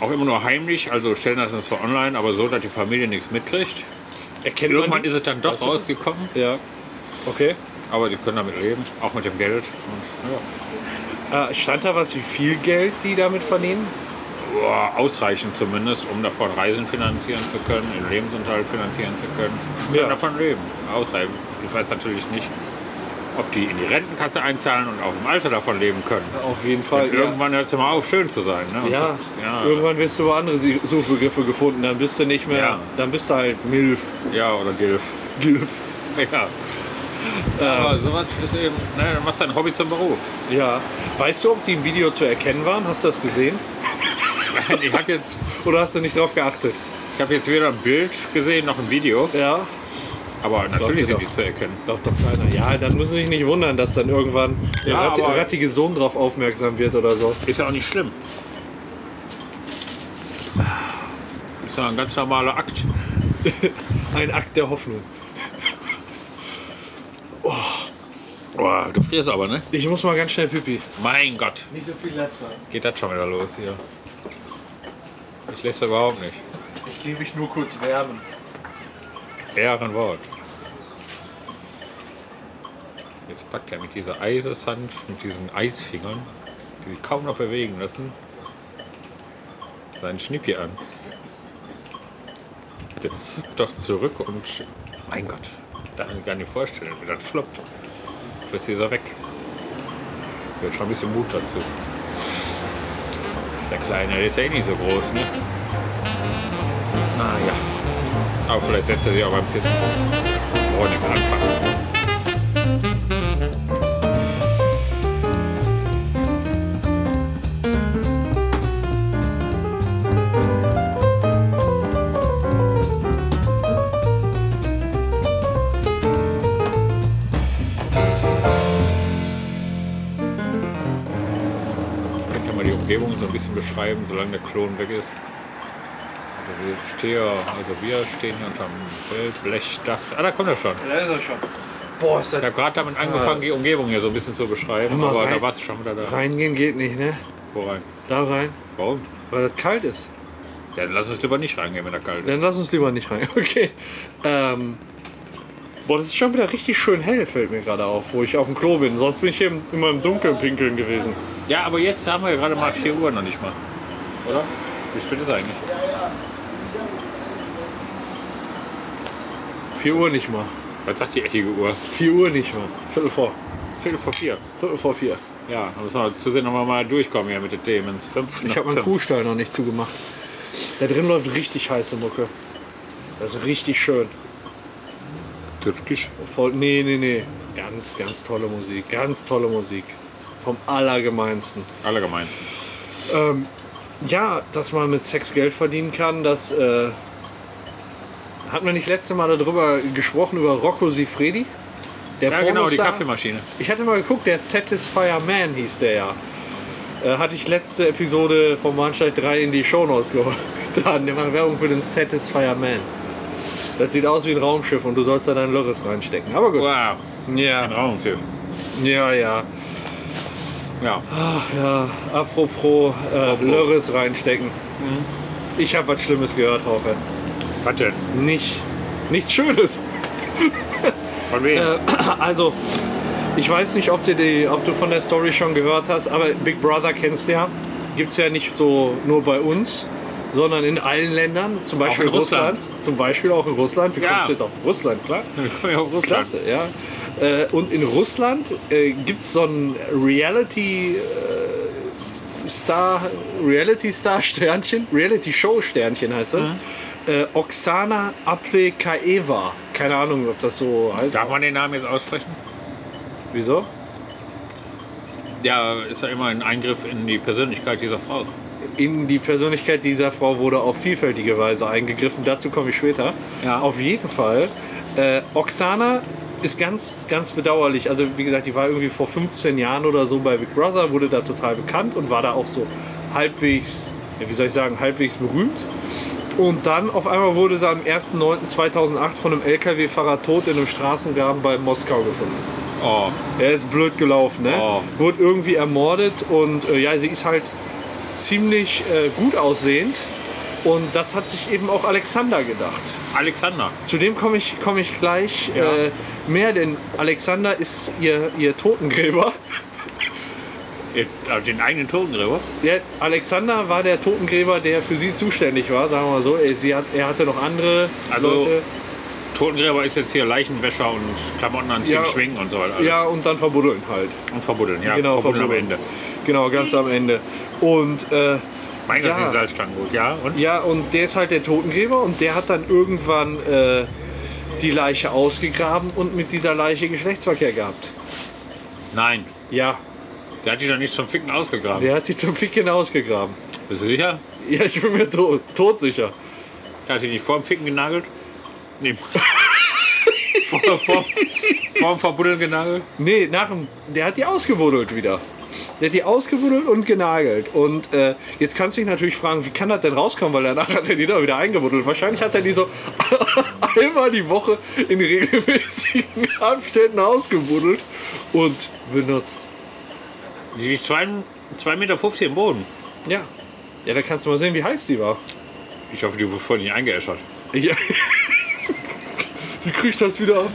Speaker 1: Auch immer nur heimlich, also stellen das zwar online, aber so, dass die Familie nichts mitkriegt.
Speaker 2: Erkennt man
Speaker 1: Irgendwann
Speaker 2: die?
Speaker 1: ist es dann doch
Speaker 2: Weißt du das?
Speaker 1: rausgekommen,
Speaker 2: Ja. Okay.
Speaker 1: aber die können damit leben, auch mit dem Geld. Und, ja.
Speaker 2: Äh, stand da was, wie viel Geld die damit verdienen?
Speaker 1: Boah, ausreichend zumindest, um davon Reisen finanzieren zu können, den Lebensunterhalt finanzieren zu können. Wir
Speaker 2: Ja.
Speaker 1: können davon leben, ausreichend. Ich weiß natürlich nicht, ob die in die Rentenkasse einzahlen und auch im Alter davon leben können.
Speaker 2: Auf jeden Fall. Ja.
Speaker 1: Irgendwann hört es mal auf, schön zu sein. Ne? Und
Speaker 2: Ja.
Speaker 1: so- ja,
Speaker 2: Irgendwann wirst du über andere Sie- Suchbegriffe gefunden, dann bist du nicht mehr,
Speaker 1: Ja.
Speaker 2: dann bist du halt Milf.
Speaker 1: ja, oder Gilf. <laughs>
Speaker 2: Gilf.
Speaker 1: Ja. Aber sowas ist eben, naja, dann machst du dein Hobby zum Beruf. <laughs>
Speaker 2: Ja. Weißt du, ob die im Video zu erkennen waren? Hast du das gesehen?
Speaker 1: Ich habe jetzt,
Speaker 2: Oder hast du nicht drauf geachtet?
Speaker 1: ich hab jetzt weder ein Bild gesehen noch ein Video,
Speaker 2: Ja.
Speaker 1: aber natürlich
Speaker 2: ihr
Speaker 1: sind die zu erkennen.
Speaker 2: Glaubt doch keiner. Ja, dann müssen Sie sich nicht wundern, dass dann irgendwann der
Speaker 1: Ja,
Speaker 2: ratti-
Speaker 1: aber-
Speaker 2: rattige Sohn drauf aufmerksam wird oder so.
Speaker 1: Ist ja auch nicht schlimm. Ist ja ein ganz normaler Akt.
Speaker 2: Ein Akt der Hoffnung.
Speaker 1: Boah, du frierst aber, ne?
Speaker 2: Ich muss mal ganz schnell pipi.
Speaker 1: Mein Gott,
Speaker 2: Nicht so viel Laster.
Speaker 1: geht das schon wieder los hier. Ich lässt überhaupt nicht.
Speaker 2: Ich gebe mich nur kurz wärmen.
Speaker 1: Ehrenwort. Jetzt packt er mit dieser Eiseshand, mit diesen Eisfingern, die sich kaum noch bewegen lassen, seinen Schnippi an. Der zuckt doch zurück und. sch- Mein Gott, darf ich mir gar nicht vorstellen, wie das floppt. Plötzlich ist er weg. Wird schon ein bisschen Mut dazu. Der Kleine der ist ja eh nicht so groß, ne? Naja. Aber vielleicht setzt er sich auch beim Pissen. Braucht nichts anpacken. Könnt ihr mal die Umgebung so ein bisschen beschreiben, solange der Klon weg ist? Also wir, stehe, also wir stehen hier unterm Bildblechdach. Ah, da kommt er schon.
Speaker 2: Da ist er schon. Boah, ist
Speaker 1: Ich
Speaker 2: das.
Speaker 1: habe gerade damit angefangen, die Umgebung hier so ein bisschen zu beschreiben,
Speaker 2: mal
Speaker 1: aber
Speaker 2: rein.
Speaker 1: da war es schon wieder da.
Speaker 2: Reingehen geht nicht, ne?
Speaker 1: Wo rein?
Speaker 2: Da rein.
Speaker 1: Warum?
Speaker 2: Weil das kalt ist.
Speaker 1: Ja, dann lass uns lieber nicht reingehen, wenn er kalt ist.
Speaker 2: Dann lass uns lieber nicht rein. <laughs> Okay. Ähm. Boah, das ist schon wieder richtig schön hell, fällt mir gerade auf, wo ich auf dem Klo bin. Sonst bin ich hier im- immer im Dunkeln pinkeln gewesen.
Speaker 1: Ja, aber jetzt haben wir ja gerade mal 4 Uhr noch nicht mal. Oder? Wie spät ist eigentlich?
Speaker 2: 4 Uhr nicht mal.
Speaker 1: Was sagt die eckige Uhr?
Speaker 2: 4 Uhr nicht mal. Viertel vor.
Speaker 1: Viertel vor vier.
Speaker 2: Viertel vor vier.
Speaker 1: Ja, da müssen wir zusehen, ob wir mal durchkommen hier mit den Themen. Es ist Fünf,
Speaker 2: Ich
Speaker 1: nach
Speaker 2: habe meinen
Speaker 1: fünf.
Speaker 2: Kuhstall noch nicht zugemacht. Da drin läuft richtig heiße Mucke. Das ist richtig schön.
Speaker 1: Türkisch.
Speaker 2: Voll, nee, nee, nee. Ganz, ganz tolle Musik. Ganz tolle Musik. Vom Allergemeinsten.
Speaker 1: Allgemein.
Speaker 2: Ja, dass man mit Sex Geld verdienen kann, das äh, hatten wir nicht letzte Mal darüber gesprochen, über Rocco Sifredi. Der
Speaker 1: Ja, genau, die
Speaker 2: Pornostar.
Speaker 1: Kaffeemaschine.
Speaker 2: Ich hatte mal geguckt, der Satisfier Man hieß der ja. Äh, hatte ich letzte Episode vom Bahnsteig 3 in die Shownotes <laughs> geladen. Der macht Werbung für den Satisfier Man. Das sieht aus wie ein Raumschiff und du sollst da dein Lörres reinstecken. Aber gut.
Speaker 1: Wow, ein
Speaker 2: Ja,
Speaker 1: Raumfilm.
Speaker 2: ja, ja.
Speaker 1: Ja, Mhm.
Speaker 2: Apropos äh, Lörres reinstecken. Ich habe was Schlimmes gehört, Hauke.
Speaker 1: Was denn?
Speaker 2: Nicht. Nichts Schönes.
Speaker 1: Von wem?
Speaker 2: Äh, <clears throat> also, ich weiß nicht, ob du, die, ob du von der Story schon gehört hast, aber Big Brother kennst du ja. Gibt es ja nicht so nur bei uns, sondern in allen Ländern, zum Beispiel
Speaker 1: in Russland.
Speaker 2: Zum Beispiel auch in Russland. Wir
Speaker 1: Ja.
Speaker 2: kommst jetzt auf Russland, klar.
Speaker 1: Ich komme ja aus Russland.
Speaker 2: Klasse, ja. Äh, und in Russland äh, gibt es so einen Reality äh, Star, Reality Star Sternchen, Reality Show Sternchen heißt das. Äh, Oksana Aplekaeva. Keine Ahnung, ob das so heißt.
Speaker 1: Darf man den Namen jetzt aussprechen?
Speaker 2: Wieso?
Speaker 1: Ja, ist ja immer ein Eingriff in die Persönlichkeit dieser Frau.
Speaker 2: in die Persönlichkeit dieser Frau wurde auf vielfältige Weise eingegriffen. Dazu komme ich später.
Speaker 1: Ja.
Speaker 2: Auf jeden Fall. Äh, Oksana ist ganz, ganz bedauerlich. Also wie gesagt, die war irgendwie vor 15 Jahren oder so bei Big Brother, wurde da total bekannt und war da auch so halbwegs, ja, wie soll ich sagen, halbwegs berühmt. Und dann auf einmal wurde sie am 1.9.2008 von einem LKW-Fahrer tot in einem Straßengraben bei Moskau gefunden.
Speaker 1: Oh,
Speaker 2: Er ist blöd gelaufen, ne?
Speaker 1: Oh.
Speaker 2: Wurde irgendwie ermordet und äh, ja, sie ist halt ziemlich äh, gut aussehend. Und das hat sich eben auch Alexander gedacht.
Speaker 1: Alexander.
Speaker 2: Zu dem komme ich, komm ich gleich
Speaker 1: Ja.
Speaker 2: äh, mehr, denn Alexander ist ihr, ihr Totengräber. <laughs>
Speaker 1: Ihr- äh, Den eigenen Totengräber?
Speaker 2: Ja, Alexander war der Totengräber, der für sie zuständig war, sagen wir mal so. Er, sie hat, er hatte noch andere
Speaker 1: Also,
Speaker 2: Leute.
Speaker 1: Totengräber ist jetzt hier Leichenwäscher und Klamotten anziehen,
Speaker 2: Ja.
Speaker 1: schwingen und so weiter. alles.
Speaker 2: Ja, und dann verbuddeln halt.
Speaker 1: Und verbuddeln, ja.
Speaker 2: Genau,
Speaker 1: äh, verbuddeln am
Speaker 2: verbuddeln.
Speaker 1: Ende.
Speaker 2: Genau, ganz am Ende. Und äh,
Speaker 1: Mein Gott,
Speaker 2: Ja.
Speaker 1: ja. die Salzstangen gut, ja. Und?
Speaker 2: Ja, und der ist halt der Totengräber und der hat dann irgendwann äh, die Leiche ausgegraben und mit dieser Leiche Geschlechtsverkehr gehabt.
Speaker 1: Nein,
Speaker 2: Ja,
Speaker 1: der hat die doch nicht zum Ficken ausgegraben.
Speaker 2: der hat sie zum Ficken ausgegraben.
Speaker 1: Bist du sicher?
Speaker 2: Ja, ich bin mir to todsicher.
Speaker 1: Der hat die nicht vorm Ficken genagelt?
Speaker 2: <laughs>
Speaker 1: Nee. vor, vor, vorm Verbuddeln genagelt?
Speaker 2: Nee, nach dem, der hat die ausgebuddelt wieder. Der hat die ausgebuddelt und genagelt. Und äh, jetzt kannst du dich natürlich fragen, wie kann das denn rauskommen, weil danach hat er die doch wieder eingebuddelt. Wahrscheinlich hat er die so <laughs> einmal die Woche in regelmäßigen Abständen ausgebuddelt und benutzt.
Speaker 1: Die ist 2,50 Meter im Boden.
Speaker 2: Ja. Ja, da kannst du mal sehen, wie heiß die war.
Speaker 1: Ich hoffe, die wurde vorhin nicht eingeäschert.
Speaker 2: Ja. <laughs> Wie krieg ich das wieder ab?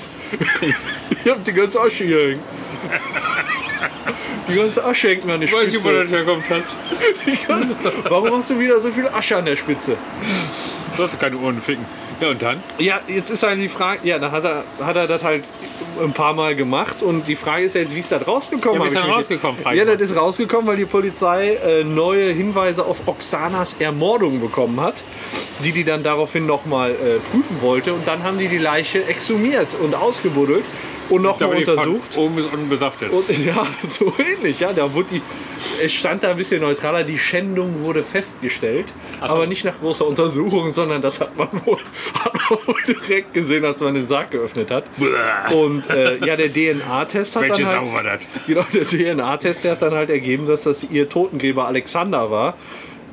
Speaker 2: Ich hab die ganze Asche hier hängen. Die ganze Asche hängt mir an der
Speaker 1: Ich weiß nicht, wo
Speaker 2: Spitze.
Speaker 1: das herkommt hat.
Speaker 2: Die ganze, <laughs> warum hast du wieder so viel Asche an der Spitze?
Speaker 1: Sollst du keine Ohren ficken. Ja, und dann?
Speaker 2: Ja, jetzt ist halt die Frage, ja, dann hat er, hat er das halt ein paar Mal gemacht und die Frage ist ja jetzt, wie ist das rausgekommen?
Speaker 1: Ja, wie ist
Speaker 2: hab
Speaker 1: das
Speaker 2: ich mich-
Speaker 1: rausgekommen, frag ich
Speaker 2: Ja,
Speaker 1: mal.
Speaker 2: das ist rausgekommen, weil die Polizei äh, neue Hinweise auf Oksanas Ermordung bekommen hat, die die dann daraufhin nochmal äh, prüfen wollte und dann haben die die Leiche exhumiert und ausgebuddelt und
Speaker 1: Da
Speaker 2: nochmal
Speaker 1: wurde die
Speaker 2: untersucht. Oh,
Speaker 1: von Oben ist unten besaftet.
Speaker 2: Und <laughs> ja, so ähnlich, ja. Da wurde die, es stand da ein bisschen neutraler, die Schändung wurde festgestellt, aber nicht nach großer Untersuchung, sondern das hat man <laughs> wohl, hat man wohl direkt gesehen, als man den Sarg geöffnet hat.
Speaker 1: Bäh.
Speaker 2: Und äh, ja, der DNA-Test hat
Speaker 1: Welche
Speaker 2: dann
Speaker 1: Sau
Speaker 2: halt,
Speaker 1: war das?
Speaker 2: genau, der DNA-Test, der hat dann halt ergeben, dass das ihr Totengräber Alexander war.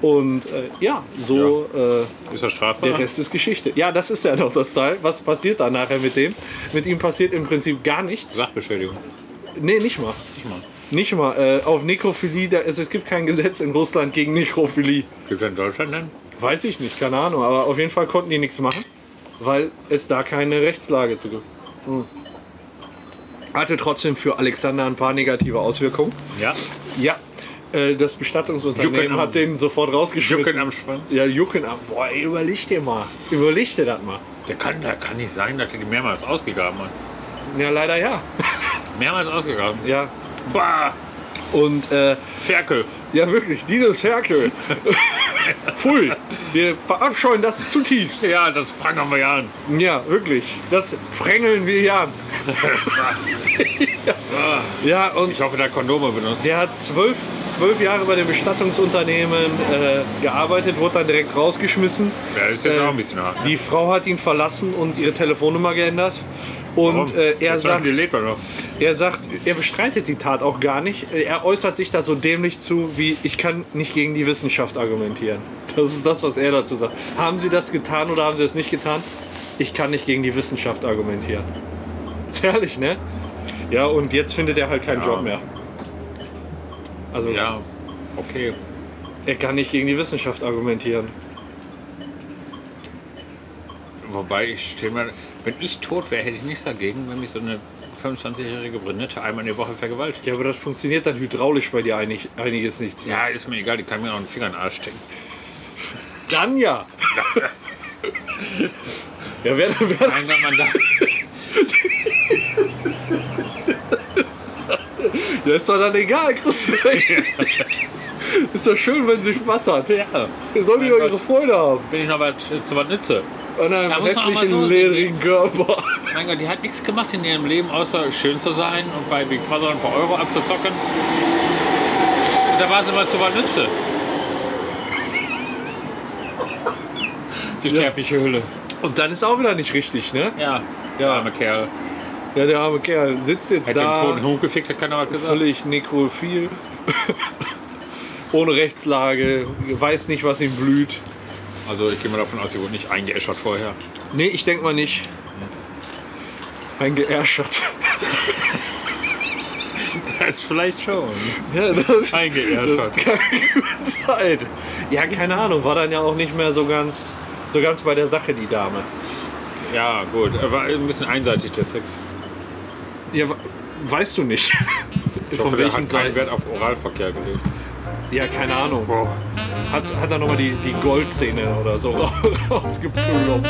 Speaker 2: Und äh, ja, so Äh,
Speaker 1: Ist das strafbar?
Speaker 2: der Rest ist Geschichte. Ja, das ist ja noch das Teil. Was passiert dann nachher mit dem? Mit ihm passiert im Prinzip gar nichts.
Speaker 1: Sachbeschädigung.
Speaker 2: Nee, nicht mal.
Speaker 1: Ich mal.
Speaker 2: Nicht mal. Äh, auf Nekrophilie, da, also es gibt kein Gesetz in Russland gegen Nekrophilie.
Speaker 1: Gibt es in Deutschland denn?
Speaker 2: Weiß ich nicht, keine Ahnung. Aber auf jeden Fall konnten die nichts machen, weil es da keine Rechtslage zu gibt. Hm. Hatte trotzdem für Alexander ein paar negative Auswirkungen.
Speaker 1: Ja.
Speaker 2: Ja, äh, das Bestattungsunternehmen
Speaker 1: Jucken am-
Speaker 2: hat den sofort rausgeschmissen.
Speaker 1: Jucken am Schwanz.
Speaker 2: Ja, Jucken am. Boah, ey, überleg dir mal. Überleg dir das mal.
Speaker 1: Der kann, der kann nicht sein, dass er die mehrmals ausgegraben hat.
Speaker 2: Ja, leider ja.
Speaker 1: Mehrmals ausgegraben.
Speaker 2: Ja.
Speaker 1: Bah!
Speaker 2: Und äh,
Speaker 1: Ferkel.
Speaker 2: Ja, wirklich, dieses Ferkel. <laughs> Pfui, wir verabscheuen das zutiefst.
Speaker 1: Ja, das prangern wir ja an.
Speaker 2: Ja, wirklich, das prängeln wir hier an. ja, und
Speaker 1: Ich hoffe, der hat Kondome benutzt.
Speaker 2: der hat zwölf, zwölf Jahre bei dem Bestattungsunternehmen äh, gearbeitet, wurde dann direkt rausgeschmissen.
Speaker 1: Der ist jetzt auch ein bisschen hart.
Speaker 2: Die Frau hat ihn verlassen und ihre Telefonnummer geändert. Und äh, er
Speaker 1: Jetzt sagen
Speaker 2: sagt,
Speaker 1: Die lebt er noch.
Speaker 2: er sagt, er bestreitet die Tat auch gar nicht. Er äußert sich da so dämlich zu, wie ich kann nicht gegen die Wissenschaft argumentieren. Das ist das, was er dazu sagt. Haben Sie das getan oder haben Sie das nicht getan? Ich kann nicht gegen die Wissenschaft argumentieren. <laughs> Ist herrlich, ne? Ja, und jetzt findet er halt keinen
Speaker 1: Ja.
Speaker 2: Job mehr. Also
Speaker 1: Ja, okay.
Speaker 2: er kann nicht gegen die Wissenschaft argumentieren.
Speaker 1: Wobei ich stell mir, wenn ich tot wäre, hätte ich nichts dagegen, wenn mich so eine 25-jährige Brünette einmal in der Woche vergewaltigt.
Speaker 2: Ja, aber das funktioniert dann hydraulisch bei dir einig, einiges nichts mehr.
Speaker 1: Ja, ist mir egal, die kann mir auch einen Finger in den Arsch stecken. <laughs>
Speaker 2: Dann ja. ja, wer, wer,
Speaker 1: Nein, wenn man da,
Speaker 2: Ja, ist doch dann
Speaker 1: <laughs>
Speaker 2: egal, Christian. ist doch schön, wenn sie Spaß hat.
Speaker 1: ja,
Speaker 2: Wir sollen die doch
Speaker 1: Gott.
Speaker 2: ihre Freude haben.
Speaker 1: bin ich noch was zu was nütze.
Speaker 2: An einem
Speaker 1: Ja, muss man auch mal
Speaker 2: hässlichen,
Speaker 1: so sehen. ne?
Speaker 2: ledrigen Körper.
Speaker 1: Mein Gott, die hat nichts gemacht in ihrem Leben, außer schön zu sein und bei Big Brother ein paar Euro abzuzocken. Und da war sie was zu was nütze. Die sterbliche Hülle.
Speaker 2: Und dann ist auch wieder nicht richtig, ne?
Speaker 1: Ja, der arme Kerl.
Speaker 2: Ja, der arme Kerl sitzt jetzt
Speaker 1: Hätte Halt den
Speaker 2: da,
Speaker 1: Ton hochgefickt, hat keiner was gesagt.
Speaker 2: völlig nekrophil, ohne Rechtslage, weiß nicht, was ihm blüht.
Speaker 1: Also ich gehe mal davon aus, sie wurde nicht eingeäschert
Speaker 2: <laughs>
Speaker 1: vorher.
Speaker 2: Nee, ich denke mal nicht. Eingeärschert.
Speaker 1: Das vielleicht schon.
Speaker 2: <laughs> Ja, das, das
Speaker 1: Eingeäschert.
Speaker 2: kann gut sein. Ja, keine Ahnung, war dann ja auch nicht mehr so ganz, so ganz bei der Sache, die Dame.
Speaker 1: Ja, gut. Er War ein bisschen einseitig, der Sex.
Speaker 2: Ja, we- weißt du nicht.
Speaker 1: Ich
Speaker 2: Von
Speaker 1: hoffe, der
Speaker 2: welchen
Speaker 1: hat keinen
Speaker 2: Seiten?
Speaker 1: Wert auf Oralverkehr gelegt.
Speaker 2: Ja, keine Ahnung. Hat, hat er nochmal die, die Goldszene oder so <laughs> rausgeplumpt.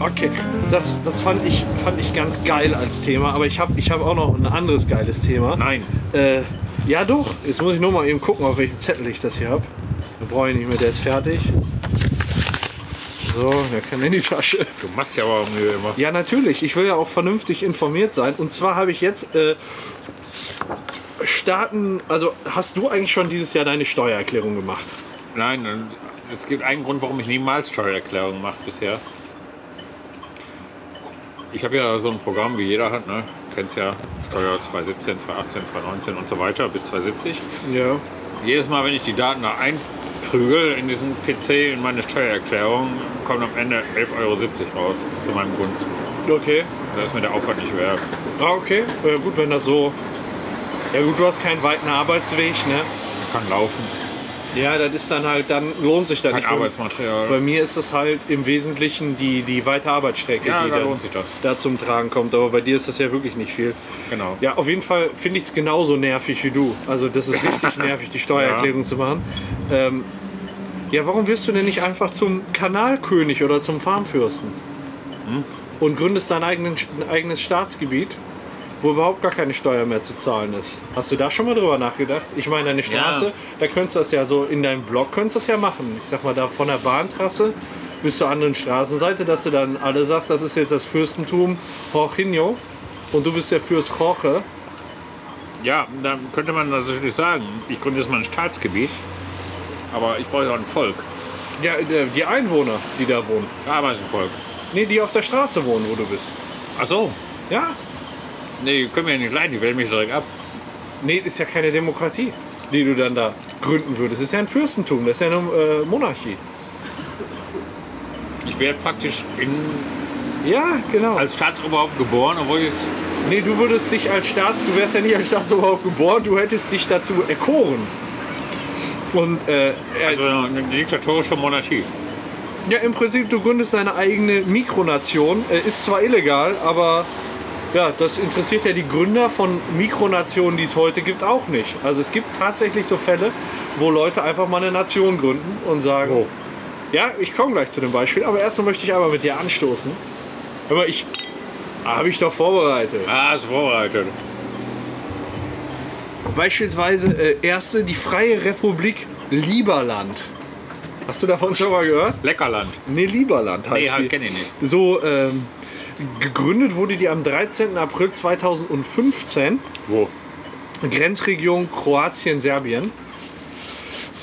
Speaker 2: Okay, das, das fand, ich, fand ich ganz geil als Thema, aber ich habe ich hab auch noch ein anderes geiles Thema.
Speaker 1: Nein.
Speaker 2: Äh, ja doch, jetzt muss ich nur mal eben gucken, auf welchem Zettel ich das hier habe. Da brauche ich nicht mehr, der ist fertig. So, der kann in die Tasche.
Speaker 1: Du machst ja aber Mühe immer.
Speaker 2: Ja, natürlich. Ich will ja auch vernünftig informiert sein. Und zwar habe ich jetzt äh, Staaten. Also hast du eigentlich schon dieses Jahr deine Steuererklärung gemacht?
Speaker 1: Nein, und es gibt einen Grund, warum ich niemals Steuererklärung mache bisher. Ich habe ja so ein Programm, wie jeder hat, ne? Kennst ja Steuer 2017, 2018, 2019 und so weiter bis 2070.
Speaker 2: Ja.
Speaker 1: Jedes Mal, wenn ich die Daten da einprügel in diesem PC in meine Steuererklärung, kommt am Ende 11,70 Euro raus, zu meinem Gunsten.
Speaker 2: Okay.
Speaker 1: Das ist mir der Aufwand nicht wert.
Speaker 2: Ah, okay. Ja, gut, wenn das so. Ja gut, du hast keinen weiten Arbeitsweg, ne?
Speaker 1: Man kann laufen,
Speaker 2: Ja, das ist dann halt, dann lohnt sich das
Speaker 1: kein
Speaker 2: nicht. Bei
Speaker 1: Arbeitsmaterial.
Speaker 2: mir ist es halt im Wesentlichen die, die weite Arbeitsstrecke,
Speaker 1: Ja,
Speaker 2: die
Speaker 1: da
Speaker 2: dann
Speaker 1: lohnt sich das.
Speaker 2: da zum Tragen kommt. Aber bei dir ist das ja wirklich nicht viel.
Speaker 1: Genau.
Speaker 2: Ja, auf jeden Fall finde ich es genauso nervig wie du. Also das
Speaker 1: <laughs>
Speaker 2: ist richtig nervig, die Steuererklärung zu machen. Ähm, ja, warum wirst du denn nicht einfach zum Kanalkönig oder zum Farmfürsten? Und gründest dein eigenen, ein eigenes Staatsgebiet, wo überhaupt gar keine Steuer mehr zu zahlen ist. Hast du da schon mal drüber nachgedacht? Ich meine, deine Straße,
Speaker 1: Ja.
Speaker 2: da könntest du das ja so, in deinem Blog könntest du das ja machen. Ich sag mal, da von der Bahntrasse bis zur anderen Straßenseite, dass du dann alle sagst, das ist jetzt das Fürstentum Jorginho und du bist der Fürst Jorge.
Speaker 1: Ja, da könnte man das natürlich sagen. Ich gründe jetzt mal ein Staatsgebiet, aber ich brauche ja auch ein Volk.
Speaker 2: Ja, der- die Einwohner, die da wohnen.
Speaker 1: Ein Ameisenvolk.
Speaker 2: Nee, die auf der Straße wohnen, wo du bist.
Speaker 1: Ach so,
Speaker 2: Ja?
Speaker 1: nee, die können wir ja nicht leiden, die wählen mich direkt ab.
Speaker 2: Nee, ist ja keine Demokratie, die du dann da gründen würdest. Ist ja ein Fürstentum, das ist ja eine äh, Monarchie.
Speaker 1: Ich werde praktisch in,
Speaker 2: Ja, genau.
Speaker 1: als Staatsoberhaupt geboren, obwohl ich es.
Speaker 2: nee, du würdest dich als Staats, du wärst ja nicht als Staatsoberhaupt geboren, du hättest dich dazu erkoren. Und äh, äh,
Speaker 1: Also eine diktatorische Monarchie.
Speaker 2: ja, im Prinzip, du gründest deine eigene Mikronation. Äh, ist zwar illegal, aber ja, das interessiert ja die Gründer von Mikronationen, die es heute gibt, auch nicht. Also es gibt tatsächlich so Fälle, wo Leute einfach mal eine Nation gründen und sagen, ja, ich komme gleich zu dem Beispiel, aber erstmal möchte ich einmal mit dir anstoßen. Hör mal, ich habe ich doch vorbereitet.
Speaker 1: Ah, ist vorbereitet.
Speaker 2: Beispielsweise äh, erste, die Freie Republik Lieberland. Hast du davon schon mal gehört?
Speaker 1: Leckerland.
Speaker 2: Nee, Lieberland heißt
Speaker 1: Nee,
Speaker 2: die.
Speaker 1: halt, kenn ich nicht.
Speaker 2: So, ähm, gegründet wurde die am 13. April 2015,
Speaker 1: Wo?
Speaker 2: Grenzregion Kroatien-Serbien.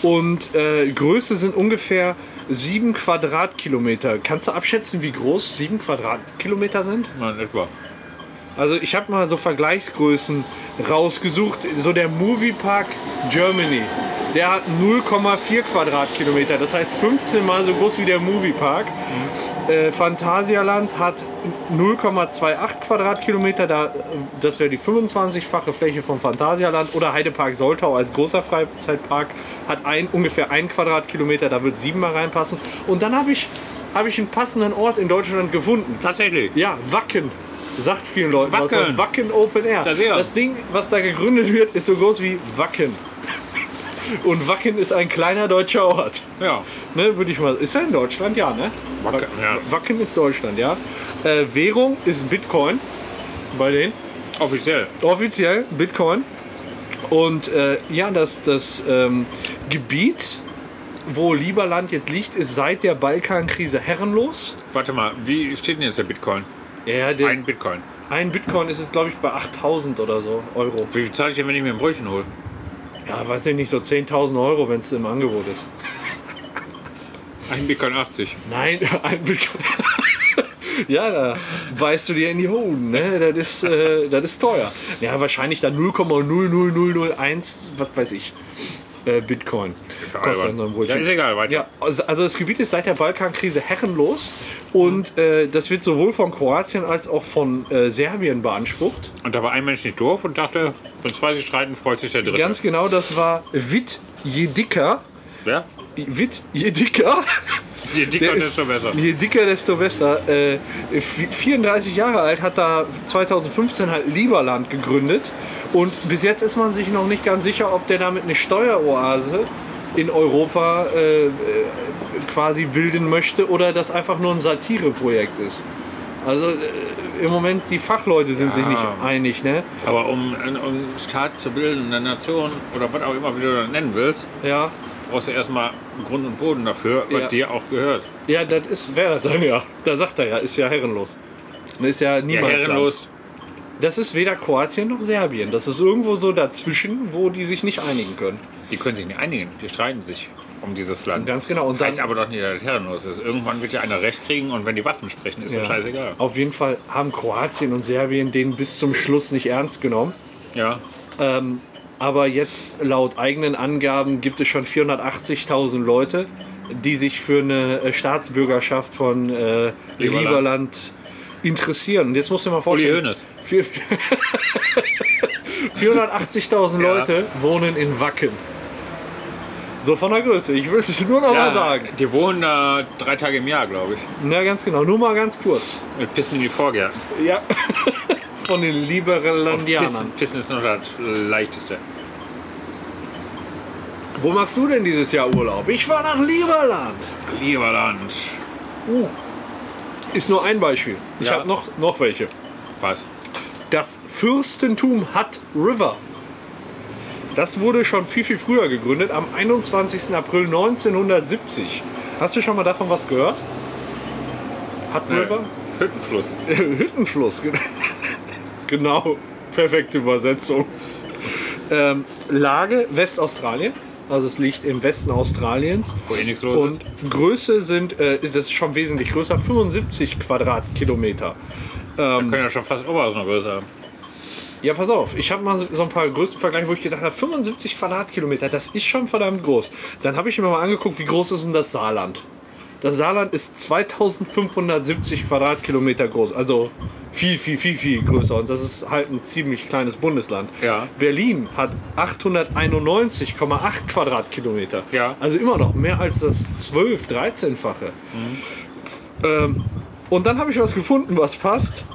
Speaker 2: Und äh, Größe sind ungefähr 7 Quadratkilometer. Kannst du abschätzen, wie groß 7 Quadratkilometer sind?
Speaker 1: Na, in etwa.
Speaker 2: Also ich habe mal so Vergleichsgrößen rausgesucht. So der Moviepark Germany. Der hat 0,4 Quadratkilometer, das heißt 15 mal so groß wie der Moviepark. Äh, Phantasialand hat 0,28 Quadratkilometer, da, das wäre die 25-fache Fläche von Phantasialand. Oder Heidepark Soltau als großer Freizeitpark hat ein, ungefähr 1 Quadratkilometer, da wird 7 mal reinpassen. Und dann habe ich, hab ich einen passenden Ort in Deutschland gefunden.
Speaker 1: Tatsächlich.
Speaker 2: Ja, Wacken. Sagt vielen Leuten was.
Speaker 1: Wacken.
Speaker 2: Und Wacken Open Air.
Speaker 1: Da sehr.
Speaker 2: Das Ding, was da gegründet wird, ist so groß wie Wacken. Und Wacken ist ein kleiner deutscher Ort.
Speaker 1: Ja.
Speaker 2: Ne, würde ich mal. Ist er in Deutschland? Ja, ne?
Speaker 1: Wacken, ja.
Speaker 2: Wacken ist Deutschland, ja. Äh, Währung ist Bitcoin. Bei denen.
Speaker 1: Offiziell.
Speaker 2: Offiziell Bitcoin. Und äh, ja, das, das ähm, Gebiet, wo Lieberland jetzt liegt, ist seit der Balkankrise herrenlos.
Speaker 1: Warte mal, wie steht denn jetzt der Bitcoin?
Speaker 2: Ja, der,
Speaker 1: Ein Bitcoin.
Speaker 2: ein Bitcoin ist jetzt, glaube ich, bei 8000 oder so Euro.
Speaker 1: Wie viel zahle ich denn, wenn ich mir ein Brötchen hole?
Speaker 2: Ja, weiß ich nicht, so 10.000 Euro, wenn es im Angebot ist.
Speaker 1: Ein Bitcoin 80.
Speaker 2: Nein, <laughs> ein Bitcoin. ja, da beißt du dir in die Hoden, ne? Das ist, äh, das ist teuer. Ja, wahrscheinlich dann 0,00001, was weiß ich, äh, Bitcoin.
Speaker 1: Ist ja
Speaker 2: Kostet
Speaker 1: albern.
Speaker 2: dann so ein Brötchen.
Speaker 1: Ja, ist egal, weiter.
Speaker 2: Ja, also also das Gebiet ist seit der Balkankrise herrenlos und äh, das wird sowohl von Kroatien als auch von äh, Serbien beansprucht.
Speaker 1: Und da war ein Mensch nicht doof und dachte, wenn zwei sich streiten, freut sich der Dritte.
Speaker 2: Ganz genau, das war Wit Jedika.
Speaker 1: ja?
Speaker 2: Wit
Speaker 1: <laughs>
Speaker 2: Jedika.
Speaker 1: Je dicker, desto besser.
Speaker 2: Je dicker, desto besser. Äh, vi- 34 Jahre alt hat da 2015 halt Lieberland gegründet. Und bis jetzt ist man sich noch nicht ganz sicher, ob der damit eine Steueroase in Europa äh, äh, quasi bilden möchte oder das einfach nur ein Satireprojekt ist. Also äh, im Moment, die Fachleute sind sich nicht einig, ne?
Speaker 1: Aber um, um einen Staat zu bilden, eine Nation oder was auch immer wie du das nennen willst,
Speaker 2: Ja.
Speaker 1: brauchst du erstmal Grund und Boden dafür, was
Speaker 2: Ja.
Speaker 1: dir auch gehört.
Speaker 2: Ja, das ist, wäre dann ja. Da sagt er ja, ist ja herrenlos. Ist ja
Speaker 1: Ja,
Speaker 2: niemals.
Speaker 1: herrenlos.
Speaker 2: Das ist weder Kroatien noch Serbien. Das ist irgendwo so dazwischen, wo die sich nicht einigen können.
Speaker 1: Die können sich nicht einigen, die streiten sich um dieses Land.
Speaker 2: Ganz genau. Und dann,
Speaker 1: Heißt aber doch nicht, dass das herrenlos ist. Irgendwann wird ja einer recht kriegen und wenn die Waffen sprechen, ist ja.
Speaker 2: Ja.
Speaker 1: das scheißegal.
Speaker 2: äh, auf jeden Fall haben Kroatien und Serbien den bis zum Schluss nicht ernst genommen.
Speaker 1: Ja.
Speaker 2: Ähm, aber jetzt laut eigenen Angaben gibt es schon 480.000 Leute, die sich für eine äh, Staatsbürgerschaft von äh,
Speaker 1: Lieberland.
Speaker 2: Lieberland. interessieren. Und jetzt musst du dir mal
Speaker 1: Uli
Speaker 2: vorstellen.
Speaker 1: Hoeneß.
Speaker 2: Vier- <laughs> 480.000
Speaker 1: Ja.
Speaker 2: Leute wohnen in Wacken. So von der Größe. Ich will es nur noch mal sagen.
Speaker 1: Die wohnen da drei Tage im Jahr, glaube ich.
Speaker 2: Na ganz genau. Nur mal ganz kurz.
Speaker 1: Und pissen in die Vorgärten.
Speaker 2: Ja. <laughs> Von den
Speaker 1: Pissen,
Speaker 2: Liberlandianern.
Speaker 1: pissen ist noch das Leichteste.
Speaker 2: Wo machst du denn dieses Jahr Urlaub? Ich war nach Liberland.
Speaker 1: Lieber Land.
Speaker 2: Ist nur ein Beispiel. Ich
Speaker 1: Ja.
Speaker 2: habe noch, noch welche.
Speaker 1: Was?
Speaker 2: Das Fürstentum Hutt River. Das wurde schon viel, viel früher gegründet, am 21. April 1970. Hast du schon mal davon was gehört? Hutt
Speaker 1: <laughs>
Speaker 2: River?
Speaker 1: Hüttenfluss.
Speaker 2: Hüttenfluss, genau. <laughs> genau. Perfekte Übersetzung. Ähm, Lage Westaustralien. Also es liegt im Westen Australiens.
Speaker 1: Wo eh nichts los
Speaker 2: Und Größe sind, äh, ist es schon wesentlich größer, 75 Quadratkilometer.
Speaker 1: Da können ja schon fast Oberhausen noch größer haben.
Speaker 2: Ja, pass auf, ich habe mal so so ein paar Größenvergleiche, wo ich gedacht habe, 75 Quadratkilometer, das ist schon verdammt groß. Dann habe ich mir mal angeguckt, wie groß ist denn das Saarland? Das Saarland ist 2570 Quadratkilometer groß, also viel, viel, viel, viel größer und das ist halt ein ziemlich kleines Bundesland.
Speaker 1: Ja.
Speaker 2: Berlin hat 891,8 Quadratkilometer.
Speaker 1: Ja.
Speaker 2: Also immer noch mehr als das 12, 13-fache.
Speaker 1: Mhm.
Speaker 2: Ähm, und dann habe ich was gefunden, was passt.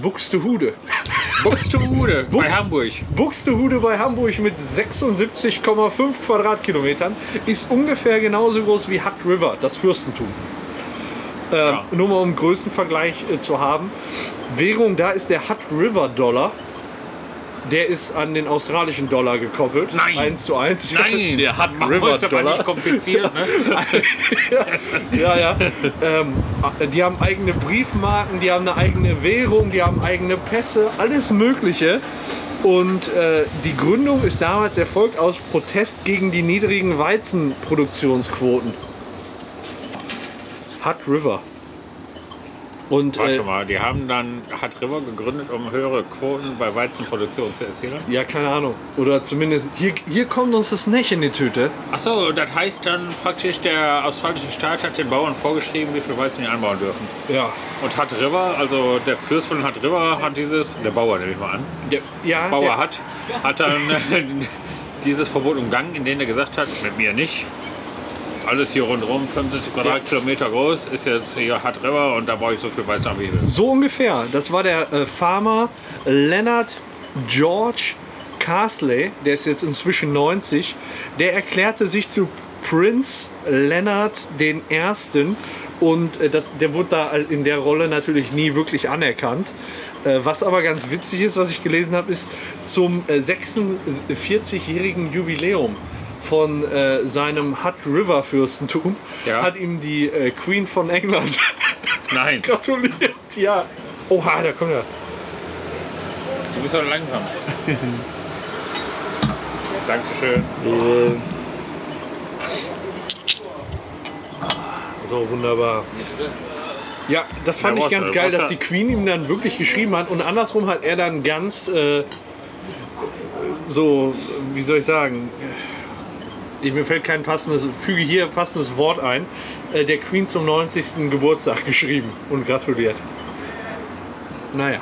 Speaker 2: Buxtehude.
Speaker 1: Buxtehude bei
Speaker 2: Buchs-
Speaker 1: Hamburg.
Speaker 2: Buxtehude bei Hamburg mit 76,5 Quadratkilometern ist ungefähr genauso groß wie Hutt River, das Fürstentum. Ähm,
Speaker 1: Ja.
Speaker 2: Nur mal um Größenvergleich äh, zu haben. Währung da ist der Hutt River Dollar. Der ist an den australischen Dollar gekoppelt.
Speaker 1: Nein.
Speaker 2: 1 zu 1. <laughs>
Speaker 1: Nein,
Speaker 2: Der Hutt
Speaker 1: Machen wir
Speaker 2: River
Speaker 1: uns aber
Speaker 2: Dollar.
Speaker 1: nicht kompliziert. Ne?
Speaker 2: Ja, ja. Ähm, die haben eigene Briefmarken, die haben eine eigene Währung, die haben eigene Pässe, alles Mögliche. Und äh, die Gründung ist damals erfolgt aus Protest gegen die niedrigen Weizenproduktionsquoten. Hutt River. Und
Speaker 1: <laughs>
Speaker 2: äh,
Speaker 1: Warte mal, die haben dann, hat River gegründet, um höhere Quoten bei Weizenproduktion zu erzielen?
Speaker 2: ja, keine Ahnung. Oder zumindest, hier, hier kommt uns das nicht in die Tüte.
Speaker 1: Achso, das heißt dann praktisch, der australische Staat hat den Bauern vorgeschrieben, wie viel Weizen die anbauen dürfen.
Speaker 2: Ja.
Speaker 1: Und hat River, also der Fürst von hat River, hat dieses, der Bauer nehme ich mal an,
Speaker 2: Der, ja,
Speaker 1: Bauer
Speaker 2: der,
Speaker 1: hat, hat dann äh, dieses Verbot umgangen, indem er gesagt hat, mit mir nicht. Alles hier rundherum, 75 Quadratkilometer groß, ist jetzt hier Hard River und da brauche ich so viel Weizen, wie ich will.
Speaker 2: So ungefähr. Das war der äh, Farmer Leonard George Carsley, der ist jetzt inzwischen 90. Der erklärte sich zu Prince Leonard den Ersten und äh, das, der wurde da in der Rolle natürlich nie wirklich anerkannt. Äh, Was aber ganz witzig ist, was ich gelesen habe, ist zum äh, 46-jährigen Jubiläum von äh, seinem Hutt River Fürstentum
Speaker 1: Ja.
Speaker 2: hat ihm die äh, Queen von England <laughs>
Speaker 1: Nein,
Speaker 2: gratuliert, ja. Oha, da kommt er.
Speaker 1: du bist doch <laughs> langsam. Dankeschön.
Speaker 2: So, wunderbar. Ja, das fand
Speaker 1: Ja,
Speaker 2: ich
Speaker 1: Walter,
Speaker 2: ganz geil,
Speaker 1: Walter-
Speaker 2: dass die Queen ihm dann wirklich geschrieben hat und andersrum hat er dann ganz, äh, so, wie soll ich sagen, ich, mir fällt kein passendes, füge hier passendes Wort ein, äh, der Queen zum 90. Geburtstag <laughs> geschrieben und gratuliert. Naja.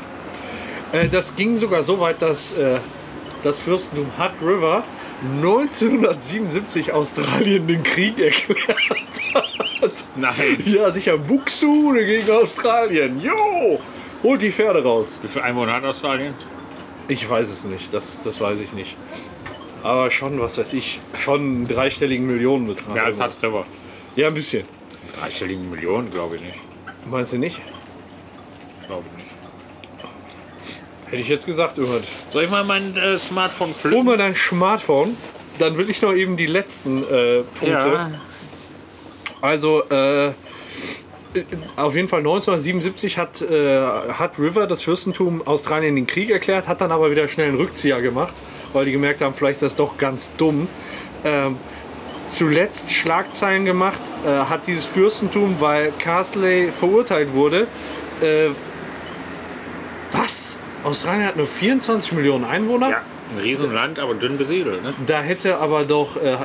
Speaker 2: Äh, das ging sogar so weit, dass äh, das Fürstentum Hutt River 1977 Australien den Krieg erklärt hat.
Speaker 1: Nein.
Speaker 2: Ja, sicher, Buxtehude gegen Australien. Jo! Holt die Pferde raus.
Speaker 1: Wie viel Einwohner hat Australien?
Speaker 2: Ich weiß es nicht, das, das weiß ich nicht. Aber schon, was weiß ich, schon einen dreistelligen Millionenbetrag.
Speaker 1: Mehr als Hard River.
Speaker 2: Ja, ein bisschen.
Speaker 1: Dreistelligen Millionen, glaube ich nicht.
Speaker 2: Meinst du nicht?
Speaker 1: Glaube ich nicht.
Speaker 2: Hätte ich jetzt gesagt, irgendwas.
Speaker 1: Soll ich mal mein äh, Smartphone
Speaker 2: Hol
Speaker 1: pflücken?
Speaker 2: mal dein Smartphone, dann will ich noch eben die letzten äh, Punkte. Also, äh, auf jeden Fall 1977 hat, äh, hat River das Fürstentum Australien den Krieg erklärt, hat dann aber wieder schnell einen Rückzieher gemacht, weil die gemerkt haben, vielleicht ist das doch ganz dumm. Ähm, zuletzt Schlagzeilen gemacht, äh, hat dieses Fürstentum, weil Carsley verurteilt wurde. Äh, was? Australien hat nur 24 Millionen Einwohner?
Speaker 1: Ja, ein Riesenland, aber dünn besiedelt. Ne?
Speaker 2: Da hätte aber doch äh,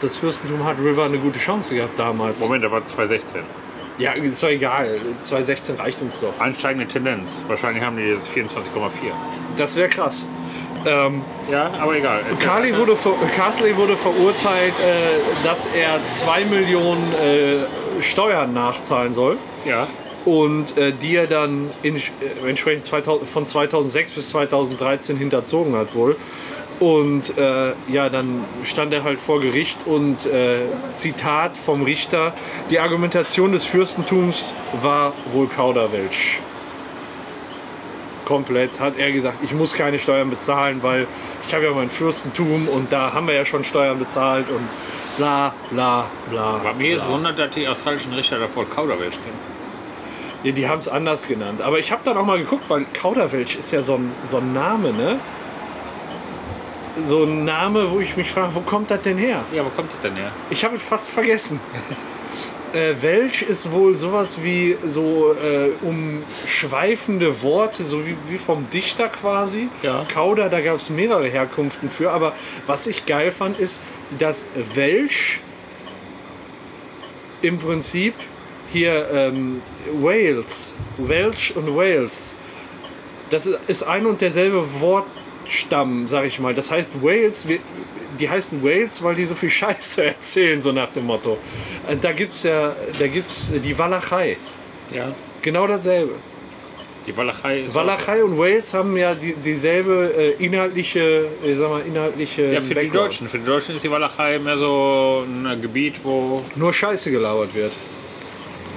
Speaker 2: das Fürstentum Hard River eine gute Chance gehabt damals.
Speaker 1: Moment, da war 2016.
Speaker 2: Ja, ist doch egal. 2016 reicht uns doch.
Speaker 1: Ansteigende Tendenz. Wahrscheinlich haben die jetzt 24,4.
Speaker 2: Das wäre krass. Ähm,
Speaker 1: Ja, aber egal. Erzähl
Speaker 2: Carly
Speaker 1: weiter.
Speaker 2: wurde ver Carsley wurde verurteilt, äh, dass er 2 Millionen äh, Steuern nachzahlen soll.
Speaker 1: Ja.
Speaker 2: Und äh, die er dann in, äh, entsprechend 2000, von 2006 bis 2013 hinterzogen hat wohl. Und äh, ja, dann stand er halt vor Gericht und äh, Zitat vom Richter, die Argumentation des Fürstentums war wohl Kauderwelsch. Komplett hat er gesagt, ich muss keine Steuern bezahlen, weil ich habe ja mein Fürstentum und da haben wir ja schon Steuern bezahlt und bla bla bla.
Speaker 1: Bei mir ist wundert, dass die australischen Richter davor Kauderwelsch kennen.
Speaker 2: Ja, die haben es anders genannt. Aber ich habe dann auch mal geguckt, weil Kauderwelsch ist ja so ein, so ein Name, ne? So ein Name, wo ich mich frage, wo kommt das denn her?
Speaker 1: Ja, wo kommt das denn her?
Speaker 2: Ich habe es fast vergessen. äh, Welsch ist wohl sowas wie so äh, umschweifende Worte, so wie, wie vom Dichter quasi.
Speaker 1: Ja.
Speaker 2: Kauder, da gab es mehrere Herkünften für. Aber was ich geil fand, ist, dass Welsch im Prinzip hier ähm, Wales, Welsh und Wales, das ist- ist ein und derselbe Wortstamm, sag ich mal. Das heißt, Wales, wir- die heißen Wales, weil die so viel Scheiße <laughs> erzählen, so nach dem Motto. Äh, Da gibt's ja, da gibt's äh, die Walachei.
Speaker 1: Ja.
Speaker 2: Genau dasselbe.
Speaker 1: Die Walachei ist.
Speaker 2: Walachei und Wales haben ja die, dieselbe äh, inhaltliche, ich sag mal, inhaltliche.
Speaker 1: ja, für die
Speaker 2: Background.
Speaker 1: Deutschen. Für die Deutschen ist die Walachei mehr so ein Gebiet, wo.
Speaker 2: Nur Scheiße gelabert wird.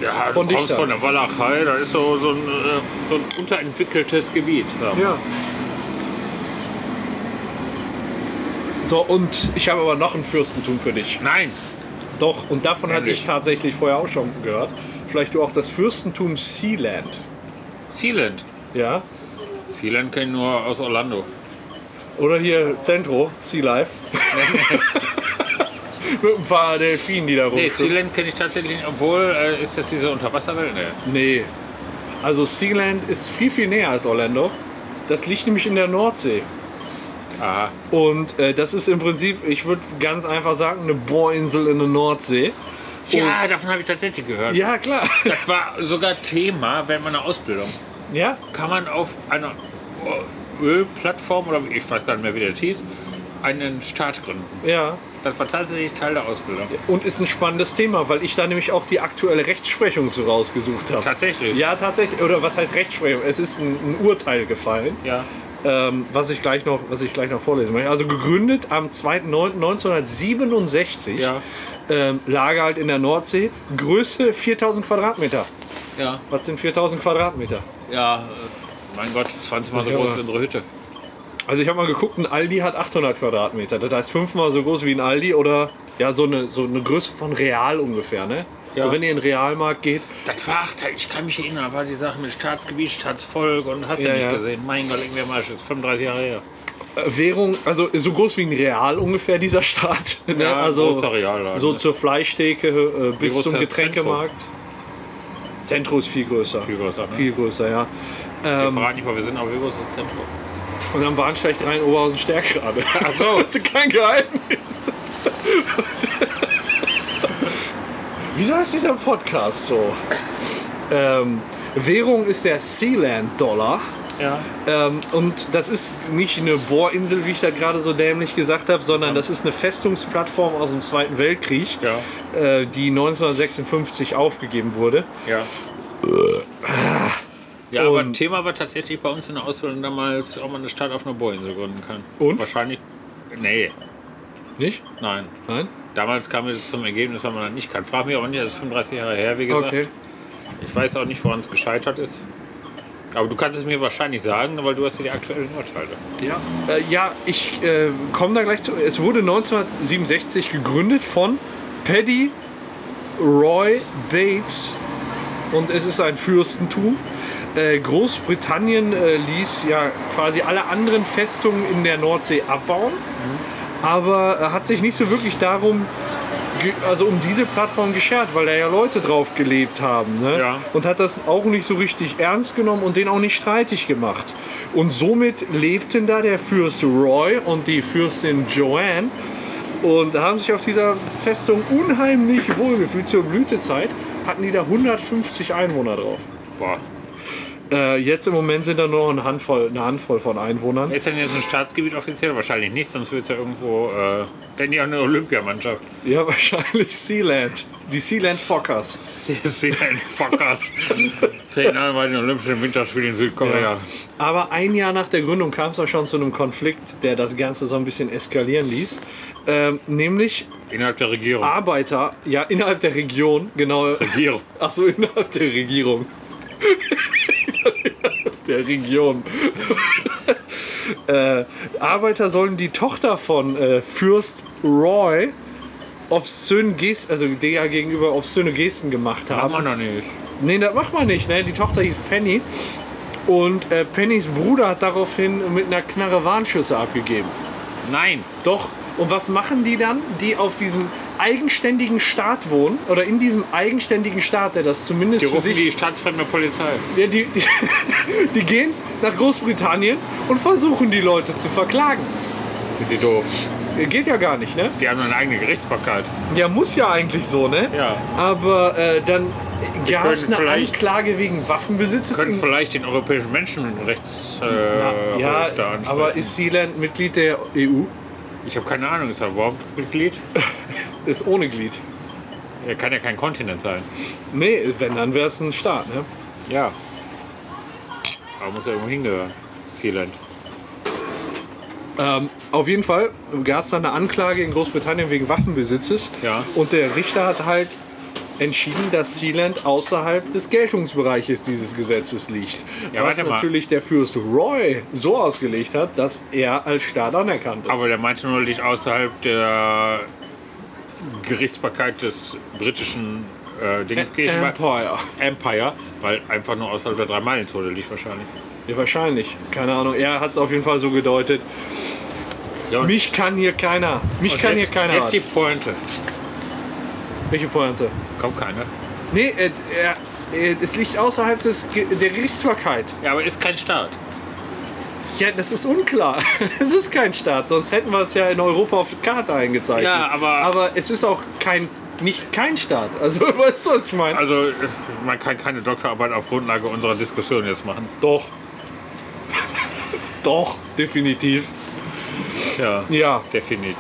Speaker 1: Ja, du
Speaker 2: Von
Speaker 1: kommst
Speaker 2: Dichtern.
Speaker 1: von der Walachei, da ist so, so, ein, äh, so ein unterentwickeltes Gebiet. sag mal.
Speaker 2: Ja. So, und ich habe aber noch ein Fürstentum für dich.
Speaker 1: Nein,
Speaker 2: Doch, und davon hatte
Speaker 1: Ehrlich?
Speaker 2: ich tatsächlich vorher auch schon gehört. Vielleicht du auch das Fürstentum Sealand.
Speaker 1: Sealand.
Speaker 2: Ja.
Speaker 1: Sealand kenne ich nur aus Orlando.
Speaker 2: Oder hier Centro, Sea Life. <laughs> Mit ein paar Delfinen, die da
Speaker 1: Nee,
Speaker 2: rumschwimmen.
Speaker 1: Sealand kenne ich tatsächlich, nicht, obwohl äh, ist das diese Unterwasserwelt? Nee.
Speaker 2: Nee. Also Sealand ist viel, viel näher als Orlando. Das liegt nämlich in der Nordsee.
Speaker 1: Ah,
Speaker 2: Und äh, das ist im Prinzip, ich würde ganz einfach sagen, eine Bohrinsel in der Nordsee.
Speaker 1: ja, davon habe ich tatsächlich gehört.
Speaker 2: Ja, klar. <laughs>
Speaker 1: Das war sogar Thema während meiner Ausbildung.
Speaker 2: ja?
Speaker 1: Kann man auf einer äh, Ölplattform oder ich weiß gar nicht mehr, wie das hieß, einen Staat gründen?
Speaker 2: Ja.
Speaker 1: Das war tatsächlich Teil der Ausbildung.
Speaker 2: Und ist ein spannendes Thema, weil ich da nämlich auch die aktuelle Rechtsprechung so rausgesucht habe.
Speaker 1: Tatsächlich?
Speaker 2: Ja, tatsächlich. Oder was heißt Rechtsprechung? Es ist ein, ein Urteil gefallen,
Speaker 1: Ja.
Speaker 2: ähm, was, ich gleich noch, was ich gleich noch vorlesen möchte. Also gegründet am 2.9.1967.
Speaker 1: Ja.
Speaker 2: Ähm, Lage halt in der Nordsee. Größe 4000 Quadratmeter.
Speaker 1: Ja.
Speaker 2: Was sind 4000 Quadratmeter?
Speaker 1: Ja. äh, Mein Gott, 20 Mal so
Speaker 2: Ja.
Speaker 1: groß wie unsere Hütte.
Speaker 2: Also ich habe mal geguckt, ein Aldi hat 800 Quadratmeter. Das heißt fünfmal so groß wie ein Aldi oder ja so eine, so eine Größe von Real ungefähr. Ne?
Speaker 1: Ja.
Speaker 2: Also wenn ihr in den Realmarkt geht,
Speaker 1: Das war, ich kann mich erinnern, da war die Sache mit Staatsgebiet, Staatsvolk und hast du
Speaker 2: Ja,
Speaker 1: nicht
Speaker 2: ja.
Speaker 1: gesehen. Mein Gott, irgendwie mal, das ist 35 Jahre her.
Speaker 2: äh, Währung, also so groß wie ein Real ungefähr dieser Staat. <laughs> Ne?
Speaker 1: Ja,
Speaker 2: also
Speaker 1: großer Realladen,
Speaker 2: so
Speaker 1: ne?
Speaker 2: zur Fleischtheke äh, bis
Speaker 1: groß
Speaker 2: zum
Speaker 1: ist das
Speaker 2: Getränkemarkt. Zentro ist viel größer.
Speaker 1: Viel größer, ne?
Speaker 2: Viel größer, ja.
Speaker 1: Wir verraten nicht, weil wir sind am Übersee Zentrum.
Speaker 2: Und am Bahnsteig rein Oberhausen stärk gerade.
Speaker 1: <laughs> Ach
Speaker 2: <laughs>
Speaker 1: so.
Speaker 2: Das ist
Speaker 1: <laughs>
Speaker 2: kein Geheimnis. Wieso ist dieser Podcast so? Ähm, Währung ist der Sealand-Dollar.
Speaker 1: Ja.
Speaker 2: Ähm, und das ist nicht eine Bohrinsel, wie ich da gerade so dämlich gesagt habe, sondern das ist eine Festungsplattform aus dem Zweiten Weltkrieg,
Speaker 1: Ja.
Speaker 2: äh, die 1956 aufgegeben wurde.
Speaker 1: Ja. Ja, aber
Speaker 2: Und-
Speaker 1: ein Thema war tatsächlich bei uns in der Ausbildung damals, ob man eine Stadt auf einer Bohrinsel gründen kann.
Speaker 2: Und?
Speaker 1: Wahrscheinlich. Nee,
Speaker 2: Nicht?
Speaker 1: nein.
Speaker 2: Nein?
Speaker 1: Damals kam es zum Ergebnis, dass man das nicht kann. Frag mich aber nicht, das ist 35 Jahre her, wie gesagt.
Speaker 2: Okay.
Speaker 1: Ich weiß auch nicht, woran es gescheitert ist. Aber du kannst es mir wahrscheinlich sagen, weil du hast ja die aktuellen Urteile.
Speaker 2: Ja, äh, ja ich äh, komme da gleich zu. Es wurde 1967 gegründet von Paddy Roy Bates und es ist ein Fürstentum. Äh, Großbritannien äh, ließ ja quasi alle anderen Festungen in der Nordsee abbauen, aber äh, hat sich nicht so wirklich darum, ge- also um diese Plattform geschert, weil da ja Leute drauf gelebt haben. Ne?
Speaker 1: Ja.
Speaker 2: Und hat das auch nicht so richtig ernst genommen und den auch nicht streitig gemacht. Und somit lebten da der Fürst Roy und die Fürstin Joanne und haben sich auf dieser Festung unheimlich wohlgefühlt. Zur Blütezeit hatten die da 150 Einwohner drauf.
Speaker 1: Boah.
Speaker 2: Äh, jetzt im Moment sind da nur noch eine Handvoll, eine Handvoll von Einwohnern.
Speaker 1: Ist denn jetzt ein Staatsgebiet offiziell? Wahrscheinlich nicht, sonst wird es ja irgendwo. Äh, denn die haben eine Olympiamannschaft. <laughs>
Speaker 2: Ja, <laughs> wahrscheinlich Sealand. Die Sealand Fockers.
Speaker 1: Sie ein
Speaker 2: <laughs>
Speaker 1: Fuckers. Treten an bei den Olympischen Winterspielen in Südkorea.
Speaker 2: Aber ein Jahr nach der Gründung kam es auch schon zu einem Konflikt, der das Ganze so ein bisschen eskalieren ließ. Ähm, nämlich
Speaker 1: Innerhalb der Regierung.
Speaker 2: Ah. Arbeiter, ja, innerhalb der Region, genau.
Speaker 1: Regierung.
Speaker 2: Ach so, <laughs> innerhalb der Regierung. innerhalb der Region. äh, Arbeiter sollen die Tochter von äh, Fürst Roy obszön Gesten, also der gegenüber obszöne Gesten gemacht
Speaker 1: Haben
Speaker 2: haben.
Speaker 1: wir noch nicht.
Speaker 2: Nee, das macht man nicht, ne? Die Tochter hieß Penny. Und äh, Pennys Bruder hat daraufhin mit einer Knarre Warnschüsse abgegeben.
Speaker 1: Nein.
Speaker 2: Doch. Und was machen die dann, die auf diesem eigenständigen Staat wohnen oder in diesem eigenständigen Staat, der das zumindest
Speaker 1: Die
Speaker 2: für
Speaker 1: rufen
Speaker 2: sich
Speaker 1: die staatsfremde Polizei.
Speaker 2: ja, die, die, <laughs> die gehen nach Großbritannien und versuchen die Leute zu verklagen.
Speaker 1: Sind die doof.
Speaker 2: Geht ja gar nicht, ne?
Speaker 1: Die haben eine eigene Gerichtsbarkeit.
Speaker 2: Ja, muss ja eigentlich so, ne?
Speaker 1: Ja.
Speaker 2: Aber äh, dann gab es
Speaker 1: können
Speaker 2: eine
Speaker 1: vielleicht-
Speaker 2: Anklage wegen Waffenbesitzes.
Speaker 1: Können
Speaker 2: in-
Speaker 1: vielleicht den europäischen Menschenrechts. Äh,
Speaker 2: ja,
Speaker 1: Hof da ansprechen.
Speaker 2: aber ist Sealand Mitglied der
Speaker 1: <laughs>
Speaker 2: E EU?
Speaker 1: ich habe keine Ahnung, ist er überhaupt Mitglied?
Speaker 2: Ist ohne Glied.
Speaker 1: Er kann ja kein Kontinent sein.
Speaker 2: Nee, wenn, dann wäre es ein Staat, ne?
Speaker 1: Ja. Aber muss ja irgendwo hingehören. Sealand.
Speaker 2: Ähm, auf jeden Fall gab es dann eine Anklage in Großbritannien wegen Waffenbesitzes.
Speaker 1: Ja.
Speaker 2: Und der Richter hat halt entschieden, dass Sealand außerhalb des Geltungsbereiches dieses Gesetzes liegt.
Speaker 1: Ja,
Speaker 2: was
Speaker 1: warte mal.
Speaker 2: natürlich der Fürst Roy so ausgelegt hat, dass er als Staat anerkannt ist.
Speaker 1: Aber der meinte nur, liegt außerhalb der Gerichtsbarkeit des britischen äh, Dingskirchen.
Speaker 2: Empire.
Speaker 1: Empire, weil einfach nur außerhalb der Drei-Meilen-Zone liegt wahrscheinlich.
Speaker 2: Ja, wahrscheinlich. Keine Ahnung. Er hat es auf jeden Fall so gedeutet.
Speaker 1: Ja, und-
Speaker 2: Mich kann hier keiner. Mich kann
Speaker 1: jetzt,
Speaker 2: hier keiner.
Speaker 1: Jetzt die
Speaker 2: an.
Speaker 1: Pointe.
Speaker 2: Welche Pointe?
Speaker 1: Kommt keine.
Speaker 2: Nee, er, er, äh, es liegt außerhalb des, Ge- der Gerichtsbarkeit.
Speaker 1: Ja, aber ist kein Staat.
Speaker 2: Ja, das ist unklar. <laughs> Es ist kein Staat, sonst hätten wir es ja in Europa auf die Karte eingezeichnet.
Speaker 1: Ja, aber-
Speaker 2: aber es ist auch kein, nicht kein Staat. Also, <laughs> weißt du, was ich meine?
Speaker 1: Also, äh, man kann keine Doktorarbeit auf Grundlage unserer Diskussion jetzt machen.
Speaker 2: Doch. Doch, definitiv.
Speaker 1: Ja,
Speaker 2: Ja,
Speaker 1: definit.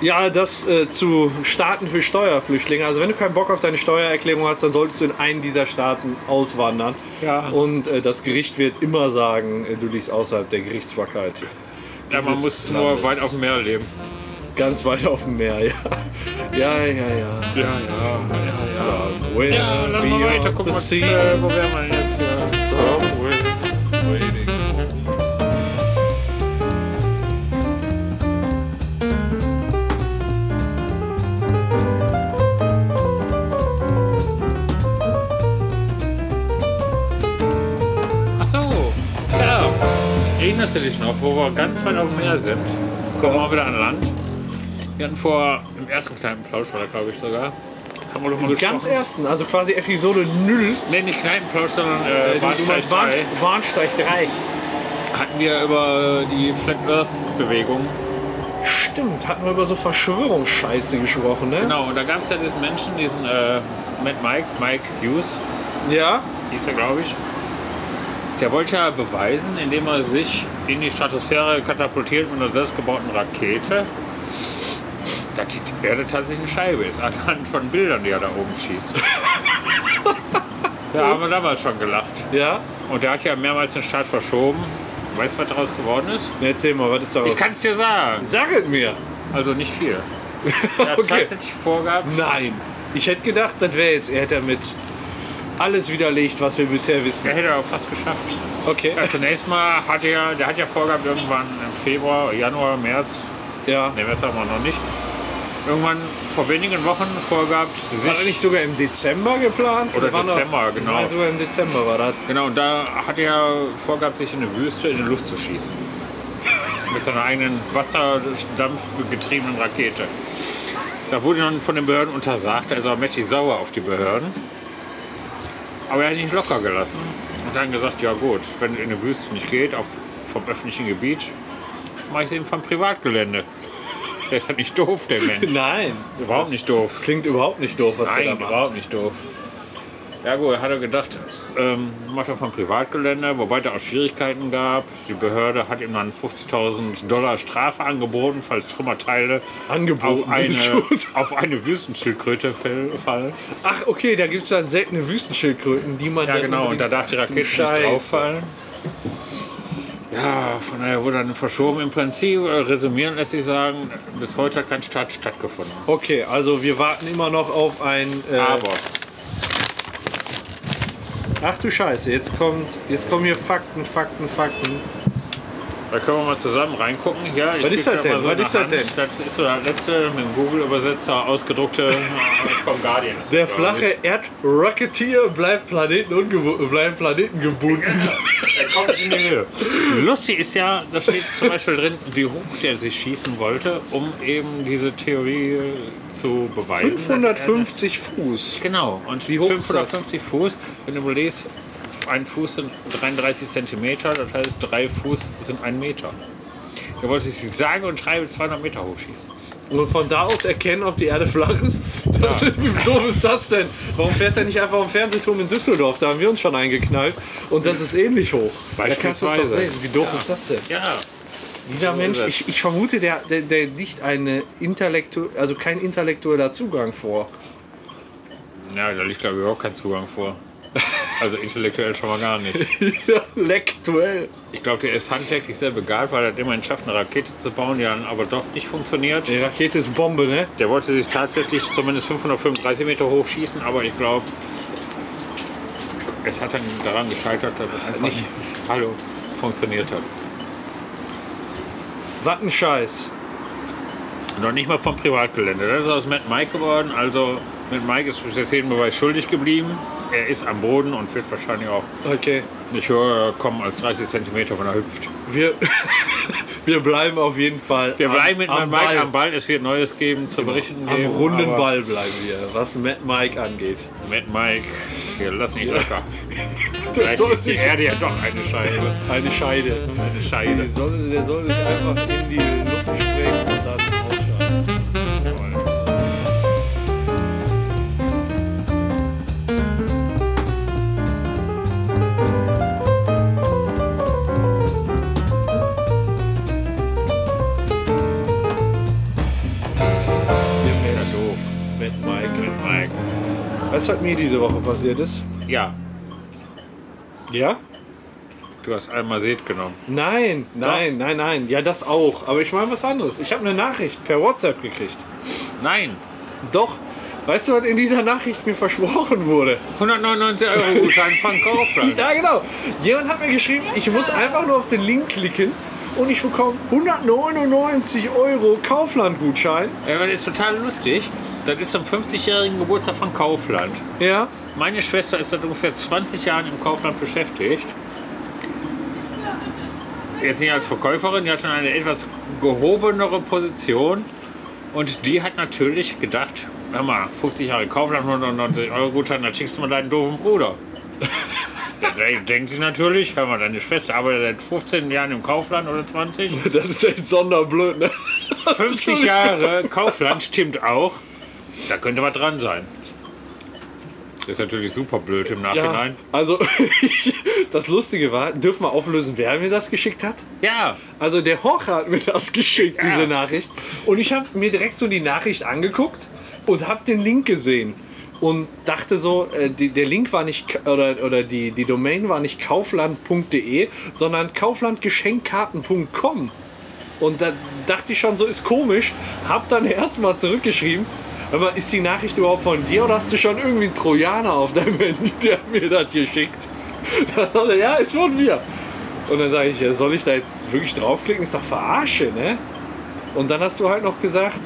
Speaker 2: ja das äh, zu Staaten für Steuerflüchtlinge. Also wenn du keinen Bock auf deine Steuererklärung hast, dann solltest du in einen dieser Staaten auswandern.
Speaker 1: Ja.
Speaker 2: Und äh, das Gericht wird immer sagen, äh, du liegst außerhalb der Gerichtsbarkeit.
Speaker 1: Ja, man
Speaker 2: Dieses
Speaker 1: muss nur
Speaker 2: Landes.
Speaker 1: weit auf dem Meer leben.
Speaker 2: Ganz weit auf dem Meer, <laughs> ja. Ja, ja, ja.
Speaker 1: Ja, ja.
Speaker 2: Somewhere
Speaker 1: Ja, lass mal
Speaker 2: beyond
Speaker 1: weiter. Guck
Speaker 2: the
Speaker 1: mal, Oh,
Speaker 2: sea.
Speaker 1: äh, wo wären wir jetzt? Ja. Ach so, ja. Erinnerst du dich noch, wo wir ganz weit auf dem Meer sind? Kommen wir mal wieder an Land. Wir hatten vor, im ersten kleinen Plausch war da, glaube ich, sogar. Haben wir doch mal
Speaker 2: Ganz
Speaker 1: gesprochen.
Speaker 2: ersten, also quasi Episode 0.
Speaker 1: Nee, nicht Kneipenplausch, sondern äh, Bahnsteig
Speaker 2: Warn-
Speaker 1: 3.
Speaker 2: Warnsteig 3.
Speaker 1: Hatten wir über äh, die Flat Earth Bewegung.
Speaker 2: Stimmt, hatten wir über so Verschwörungsscheiße gesprochen, ne?
Speaker 1: Genau, und da gab es ja diesen Menschen, diesen äh, Matt Mike, Mike Hughes,
Speaker 2: Ja,
Speaker 1: hieß er, glaube ich. Der wollte ja beweisen, indem er sich in die Stratosphäre katapultiert mit einer selbstgebauten Rakete, dass die Erde tatsächlich eine Scheibe ist, <laughs> anhand von Bildern, die er da oben <laughs> schießt. da haben wir damals schon gelacht.
Speaker 2: ja.
Speaker 1: Und der hat ja mehrmals den Start verschoben. Weißt du, was daraus geworden ist?
Speaker 2: Na, erzähl mal, was ist
Speaker 1: Ich
Speaker 2: daraus?
Speaker 1: kann es dir sagen.
Speaker 2: Sag es mir.
Speaker 1: Oh. Also nicht <laughs> viel. Er hat
Speaker 2: Okay.
Speaker 1: tatsächlich vorgehabt,
Speaker 2: Nein. Ich hätte gedacht, das wäre jetzt, er hätte damit alles widerlegt, was wir bisher wissen.
Speaker 1: er hätte er auch fast geschafft.
Speaker 2: Okay.
Speaker 1: Ja, zunächst mal hat er, der hat ja vorgehabt, irgendwann im Februar, Januar, März,
Speaker 2: Ja.
Speaker 1: ne, besser mal noch nicht, irgendwann vor wenigen Wochen vorgehabt,
Speaker 2: War das
Speaker 1: sich,
Speaker 2: nicht sogar im Dezember geplant?
Speaker 1: Oder
Speaker 2: war noch-
Speaker 1: Dezember, genau.
Speaker 2: Nein, sogar im Dezember war das.
Speaker 1: genau, und da hat er vorgehabt, sich in eine Wüste in die Luft zu schießen. Mit seiner eigenen Wasserdampf getriebenen Rakete. Da wurde dann von den Behörden untersagt, also er mächtig sauer auf die Behörden. Aber er hat ihn nicht locker gelassen und dann gesagt, ja gut, wenn es in die Wüste nicht geht, auf, vom öffentlichen Gebiet, mache ich es eben vom Privatgelände. Der ist halt nicht doof, der Mensch.
Speaker 2: <laughs> Nein.
Speaker 1: Überhaupt nicht doof.
Speaker 2: Klingt überhaupt nicht doof, was der da
Speaker 1: Nein,
Speaker 2: macht.
Speaker 1: überhaupt nicht doof. Ja gut, hat er gedacht, ähm, macht er vom Privatgelände, wobei da auch Schwierigkeiten gab. Die Behörde hat ihm dann 50.000 Dollar Strafe angeboten, falls Trümmerteile
Speaker 2: Angeboten
Speaker 1: auf
Speaker 2: ist
Speaker 1: eine,
Speaker 2: gut.
Speaker 1: <laughs> auf eine Wüstenschildkröte fell- fallen.
Speaker 2: Ach, okay, da gibt es dann seltene Wüstenschildkröten, die man
Speaker 1: Ja
Speaker 2: dann
Speaker 1: genau, und da darf die Rakete nicht
Speaker 2: Scheiße.
Speaker 1: drauffallen. Ja, von daher wurde dann verschoben. Im Prinzip, äh, resümieren lässt sich sagen, bis heute hat kein Start stattgefunden.
Speaker 2: Okay, also wir warten immer noch auf ein. Äh,
Speaker 1: Aber,
Speaker 2: Ach du Scheiße, jetzt kommt, jetzt kommen hier Fakten, Fakten, Fakten.
Speaker 1: da können wir mal zusammen reingucken. Ja,
Speaker 2: Was ist das denn? Was ist das denn?
Speaker 1: Das ist so der letzte mit dem Google-Übersetzer ausgedruckte <laughs> vom Guardian. ist
Speaker 2: Der
Speaker 1: das, glaub ich.
Speaker 2: flache Erdracketeer bleibt Planeten ungebu- bleibt Planeten gebunden.
Speaker 1: halt Der kommt nicht in die Höhe. Lustig ist ja, da steht zum Beispiel drin, wie hoch der sich schießen wollte, um eben diese Theorie äh, zu beweisen. dass die Erde-
Speaker 2: 550 Fuß.
Speaker 1: Genau, und
Speaker 2: Wie
Speaker 1: wie
Speaker 2: hoch
Speaker 1: hoch
Speaker 2: ist das?
Speaker 1: 550 Fuß, wenn du überlegst, ein Fuß sind 33 Zentimeter, das heißt, drei Fuß sind ein Meter. Da wollte ich sage und schreibe 200 Meter hochschießen.
Speaker 2: Und von da aus erkennen, ob die Erde flach ist. Das ist, wie doof ist das denn? Warum fährt er nicht einfach am Fernsehturm in Düsseldorf? Da haben wir uns schon eingeknallt. Und das ist ähnlich hoch. Da kannst du es doch
Speaker 1: Beispielsweise.
Speaker 2: sehen. Wie doof ist das denn?
Speaker 1: Ja,
Speaker 2: Dieser Mensch,
Speaker 1: ist es.
Speaker 2: ich, ich vermute, der, der, der liegt eine intellektu also kein intellektueller Zugang <laughs> vor.
Speaker 1: ja da liegt glaube ich überhaupt kein Zugang vor. <laughs> Also intellektuell schon mal gar nicht.
Speaker 2: Intellektuell.
Speaker 1: Ich glaube, der ist handwerklich sehr begabt, weil er hat immerhin schafft, eine Rakete zu bauen, die dann aber doch nicht funktioniert.
Speaker 2: Die Rakete ist Bombe, ne?
Speaker 1: Der wollte sich tatsächlich zumindest 535 Meter hochschießen, aber ich glaube, es hat dann daran gescheitert, dass es einfach nicht hallo, funktioniert hat.
Speaker 2: Was ein Scheiß.
Speaker 1: Noch nicht mal vom Privatgelände. Das ist aus Matt Mike geworden. Also Matt Mike ist bis jetzt jeden Beweis schuldig geblieben. Er ist am Boden und wird wahrscheinlich auch
Speaker 2: Okay,
Speaker 1: nicht höher kommen als 30 Zentimeter, wenn er hüpft.
Speaker 2: wir, <laughs> wir bleiben auf jeden Fall
Speaker 1: Wir bleiben mit Matt
Speaker 2: am, am
Speaker 1: Mike
Speaker 2: Ball. Genau.
Speaker 1: am Ball. Es wird Neues geben, zu berichten
Speaker 2: Am
Speaker 1: geben.
Speaker 2: runden
Speaker 1: aber
Speaker 2: <laughs> Ball bleiben wir, was Matt Mike angeht.
Speaker 1: Matt Mike Hier, lass nicht
Speaker 2: <laughs>
Speaker 1: locker.
Speaker 2: Der
Speaker 1: Vielleicht
Speaker 2: soll
Speaker 1: ist die
Speaker 2: sich,
Speaker 1: Erde ja doch eine Scheibe.
Speaker 2: eine Scheide.
Speaker 1: Eine
Speaker 2: Die
Speaker 1: Scheide.
Speaker 2: soll, der soll sich einfach in die Luft sprengen und dann ausschalten.
Speaker 1: Ja, doof.
Speaker 2: Mit Mike.
Speaker 1: Mit Mike.
Speaker 2: Was hat mir diese Woche passiert ist?
Speaker 1: Ja,
Speaker 2: Ja?
Speaker 1: du hast einmal Seed genommen.
Speaker 2: Nein, nein, nein, nein. Ja, das auch. Aber ich meine was anderes. Ich habe eine Nachricht per WhatsApp gekriegt.
Speaker 1: Nein!
Speaker 2: Doch. Weißt du, was in dieser Nachricht mir versprochen wurde?
Speaker 1: 199 Euro Gutschein von Kaufland.
Speaker 2: Ja, genau. Jemand hat mir geschrieben, ich muss einfach nur auf den Link klicken und ich bekomme 199 Euro Kaufland-Gutschein.
Speaker 1: Ja, das ist total lustig. Das ist am 50-jährigen Geburtstag von Kaufland.
Speaker 2: Ja.
Speaker 1: Meine Schwester ist seit ungefähr 20 Jahren im Kaufland beschäftigt. Jetzt nicht als Verkäuferin, die hat schon eine etwas gehobenere Position. Und die hat natürlich gedacht, hör mal, 50 Jahre Kaufland, 190 Euro Gutschein, dann schickst du mal deinen doofen Bruder. <laughs> da denkt sie natürlich, hör mal, deine Schwester arbeitet seit 15 Jahren im Kaufland oder 20.
Speaker 2: Das ist echt sonderblöd, ne?
Speaker 1: 50 Jahre Kaufland stimmt auch. Da könnte was dran sein. Ist natürlich super blöd im
Speaker 2: Ja,
Speaker 1: Nachhinein.
Speaker 2: also <laughs> das Lustige war, dürfen wir auflösen, wer mir das geschickt hat?
Speaker 1: Ja,
Speaker 2: Also der Hoch hat mir das geschickt,
Speaker 1: Ja.
Speaker 2: diese Nachricht. Und ich habe mir direkt so die Nachricht angeguckt und habe den Link gesehen. Und dachte so, äh, die, der Link war nicht, k- oder, oder die, die Domain war nicht kaufland.de, sondern kauflandgeschenkkarten.com. Und da dachte ich schon, so ist komisch. Hab dann <laughs> erstmal zurückgeschrieben. Aber ist die Nachricht überhaupt von dir oder hast du schon irgendwie einen Trojaner auf deinem Handy, der mir das hier schickt? <laughs> Dann sagt er, ja, ist von mir. Und dann sage ich, ja, soll ich da jetzt wirklich draufklicken? Ist doch verarsche, ne? Und dann hast du halt noch gesagt,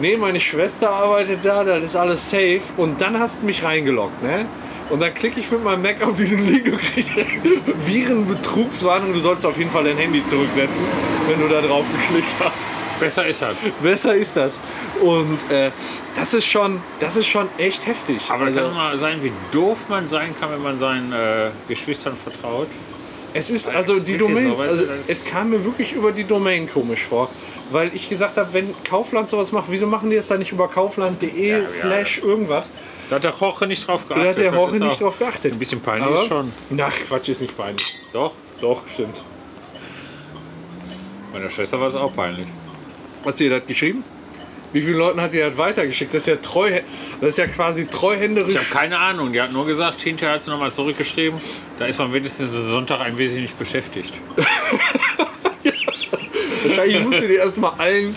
Speaker 2: nee, meine Schwester arbeitet da, das ist alles safe. Und dann hast du mich reingeloggt, ne? Und dann klicke ich mit meinem Mac auf diesen Link und kriege <laughs> Virenbetrugswarnung, du sollst auf jeden Fall dein Handy zurücksetzen, wenn du da drauf geklickt hast.
Speaker 1: besser ist das.
Speaker 2: Besser ist das. Und äh, das ist schon, das ist schon echt heftig.
Speaker 1: Aber das
Speaker 2: Also,
Speaker 1: kann mal sein, wie doof man sein kann, wenn man seinen äh, Geschwistern vertraut.
Speaker 2: Es ist also
Speaker 1: ist
Speaker 2: die
Speaker 1: wirklich
Speaker 2: Domain,
Speaker 1: so, weißt du,
Speaker 2: also
Speaker 1: das-
Speaker 2: es kam mir wirklich über die Domain komisch vor, weil ich gesagt habe, wenn Kaufland sowas macht, wieso machen die das dann nicht über kaufland.de
Speaker 1: ja.
Speaker 2: slash irgendwas?
Speaker 1: Da hat der Hoche nicht drauf geachtet.
Speaker 2: Da hat der
Speaker 1: Das
Speaker 2: Horche
Speaker 1: ist
Speaker 2: nicht
Speaker 1: auch
Speaker 2: drauf geachtet.
Speaker 1: Ein bisschen peinlich
Speaker 2: Aber-
Speaker 1: ist schon.
Speaker 2: Na, Quatsch, ist nicht peinlich.
Speaker 1: Doch,
Speaker 2: Doch, stimmt.
Speaker 1: meiner Schwester war es auch peinlich.
Speaker 2: Hast du ihr das geschrieben? Wie vielen Leuten hat ihr das weitergeschickt? Das ist ja treu, das ist ja quasi
Speaker 1: Ich
Speaker 2: treuhänderisch.
Speaker 1: habe keine Ahnung. Die hat nur gesagt, hinterher hat sie nochmal zurückgeschrieben. Da ist man wenigstens am Sonntag ein wenig nicht beschäftigt.
Speaker 2: Wahrscheinlich musst du dir erstmal allen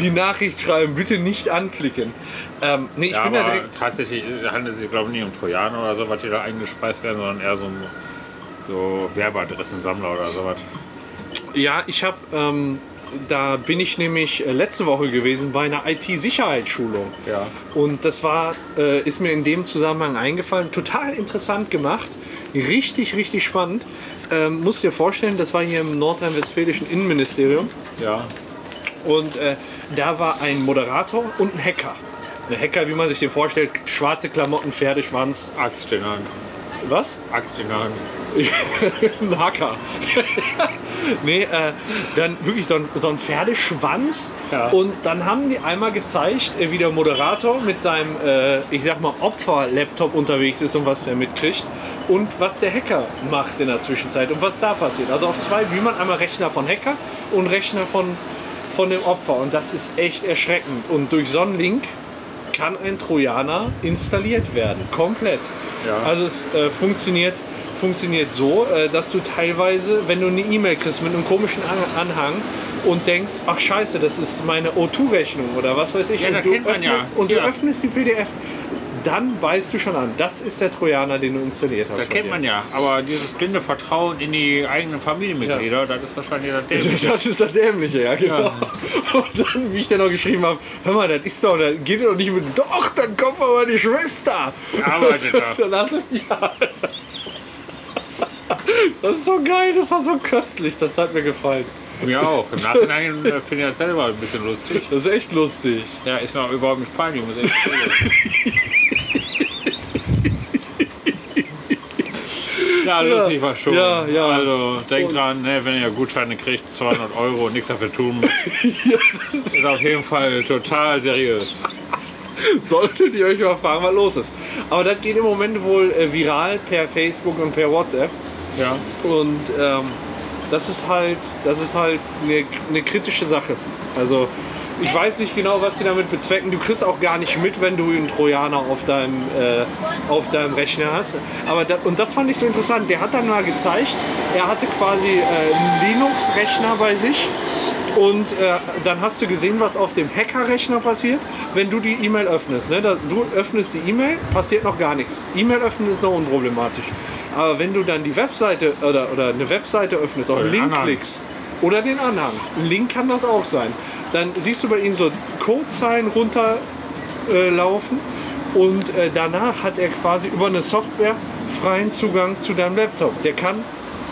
Speaker 2: die Nachricht schreiben, bitte nicht anklicken. Ähm, nee, ich
Speaker 1: Ja,
Speaker 2: bin da
Speaker 1: aber
Speaker 2: direkt.
Speaker 1: tatsächlich ist- handelt es sich, glaube ich, nicht um Trojaner oder so, was die da eingespeist werden, sondern eher so um so Werbeadressensammler oder sowas.
Speaker 2: Ja, ich habe, ähm, da bin ich nämlich äh, letzte Woche gewesen bei einer IT-Sicherheitsschulung.
Speaker 1: Ja.
Speaker 2: Und das war, äh, ist mir in dem Zusammenhang eingefallen, total interessant gemacht, richtig, richtig spannend. Ähm, musst dir vorstellen, das war hier im nordrhein-westfälischen Innenministerium.
Speaker 1: Ja.
Speaker 2: Und äh, da war ein Moderator und ein Hacker. Ein Hacker, wie man sich den vorstellt, schwarze Klamotten, Pferdeschwanz,
Speaker 1: Axt in der Hand.
Speaker 2: was?
Speaker 1: Axt in der Hand.
Speaker 2: ein Hacker. <laughs> nee, äh, dann wirklich so ein, so ein Pferdeschwanz.
Speaker 1: Ja.
Speaker 2: Und dann haben die einmal gezeigt, äh, wie der Moderator mit seinem, äh, ich sag mal, Opfer-Laptop unterwegs ist und was der mitkriegt. Und was der Hacker macht in der Zwischenzeit und was da passiert. Also auf zwei Beamern einmal Rechner von Hacker und Rechner von, von dem Opfer. Und das ist echt erschreckend. Und durch so einen Link kann ein Trojaner installiert werden, komplett.
Speaker 1: Ja.
Speaker 2: Also es äh, funktioniert, funktioniert so, äh, dass du teilweise, wenn du eine E-Mail kriegst mit einem komischen An Anhang und denkst, ach scheiße, das ist meine O2-Rechnung oder was weiß ich,
Speaker 1: Ja,
Speaker 2: und,
Speaker 1: das
Speaker 2: du
Speaker 1: kennt man ja.
Speaker 2: öffnest, und
Speaker 1: Ja.
Speaker 2: du öffnest die PDF, dann weißt du schon an, das ist der Trojaner, den du installiert hast.
Speaker 1: Das
Speaker 2: bei
Speaker 1: kennt
Speaker 2: dir.
Speaker 1: man ja, aber dieses blinde Vertrauen in die eigenen Familienmitglieder, das ist wahrscheinlich das Dämliche.
Speaker 2: <laughs> Das ist das Dämliche, ja, genau. Und dann, wie ich dann noch geschrieben habe, hör mal, das ist doch, das geht doch nicht mit, doch, dann kommt aber die Schwester.
Speaker 1: arbeitet
Speaker 2: <laughs>
Speaker 1: da.
Speaker 2: Dann hast du, ja. Das ist so geil, das war so köstlich, das hat mir gefallen.
Speaker 1: Mir auch. Im Nachhinein äh, finde ich das selber ein bisschen lustig.
Speaker 2: Das ist echt lustig.
Speaker 1: Ja,
Speaker 2: <laughs>
Speaker 1: ist mir auch überhaupt nicht peinlich, muss ich echt sagen. klar, lustig war schon.
Speaker 2: Ja, ja.
Speaker 1: Also denkt dran, ne, wenn ihr Gutscheine kriegt, 200 Euro und nichts dafür tun
Speaker 2: <laughs>
Speaker 1: müsst. Ist auf jeden Fall total seriös.
Speaker 2: Solltet ihr euch mal fragen, was los ist. Aber das geht im Moment wohl äh, viral per Facebook und per WhatsApp.
Speaker 1: Ja.
Speaker 2: Und ähm, das ist halt, das ist halt eine, eine kritische Sache. Also ich weiß nicht genau, was sie damit bezwecken. Du kriegst auch gar nicht mit, wenn du einen Trojaner auf deinem, äh, auf deinem Rechner hast. Aber da, und das fand ich so interessant. Der hat dann mal gezeigt, er hatte quasi äh, einen Linux-Rechner bei sich. Und äh, dann hast du gesehen, was auf dem Hacker-Rechner passiert, wenn du die E-Mail öffnest. Ne? Da, du öffnest die E-Mail, passiert noch gar nichts. E-Mail öffnen ist noch unproblematisch. Aber wenn du dann die Webseite oder, oder eine Webseite öffnest, auf
Speaker 1: Oder
Speaker 2: einen
Speaker 1: den
Speaker 2: Link
Speaker 1: Anhang.
Speaker 2: klickst oder den Anhang, ein Link kann das auch sein, dann siehst du bei ihm so Codezeilen runterlaufen äh, laufen. und äh, danach hat er quasi über eine Software freien Zugang zu deinem Laptop. Der kann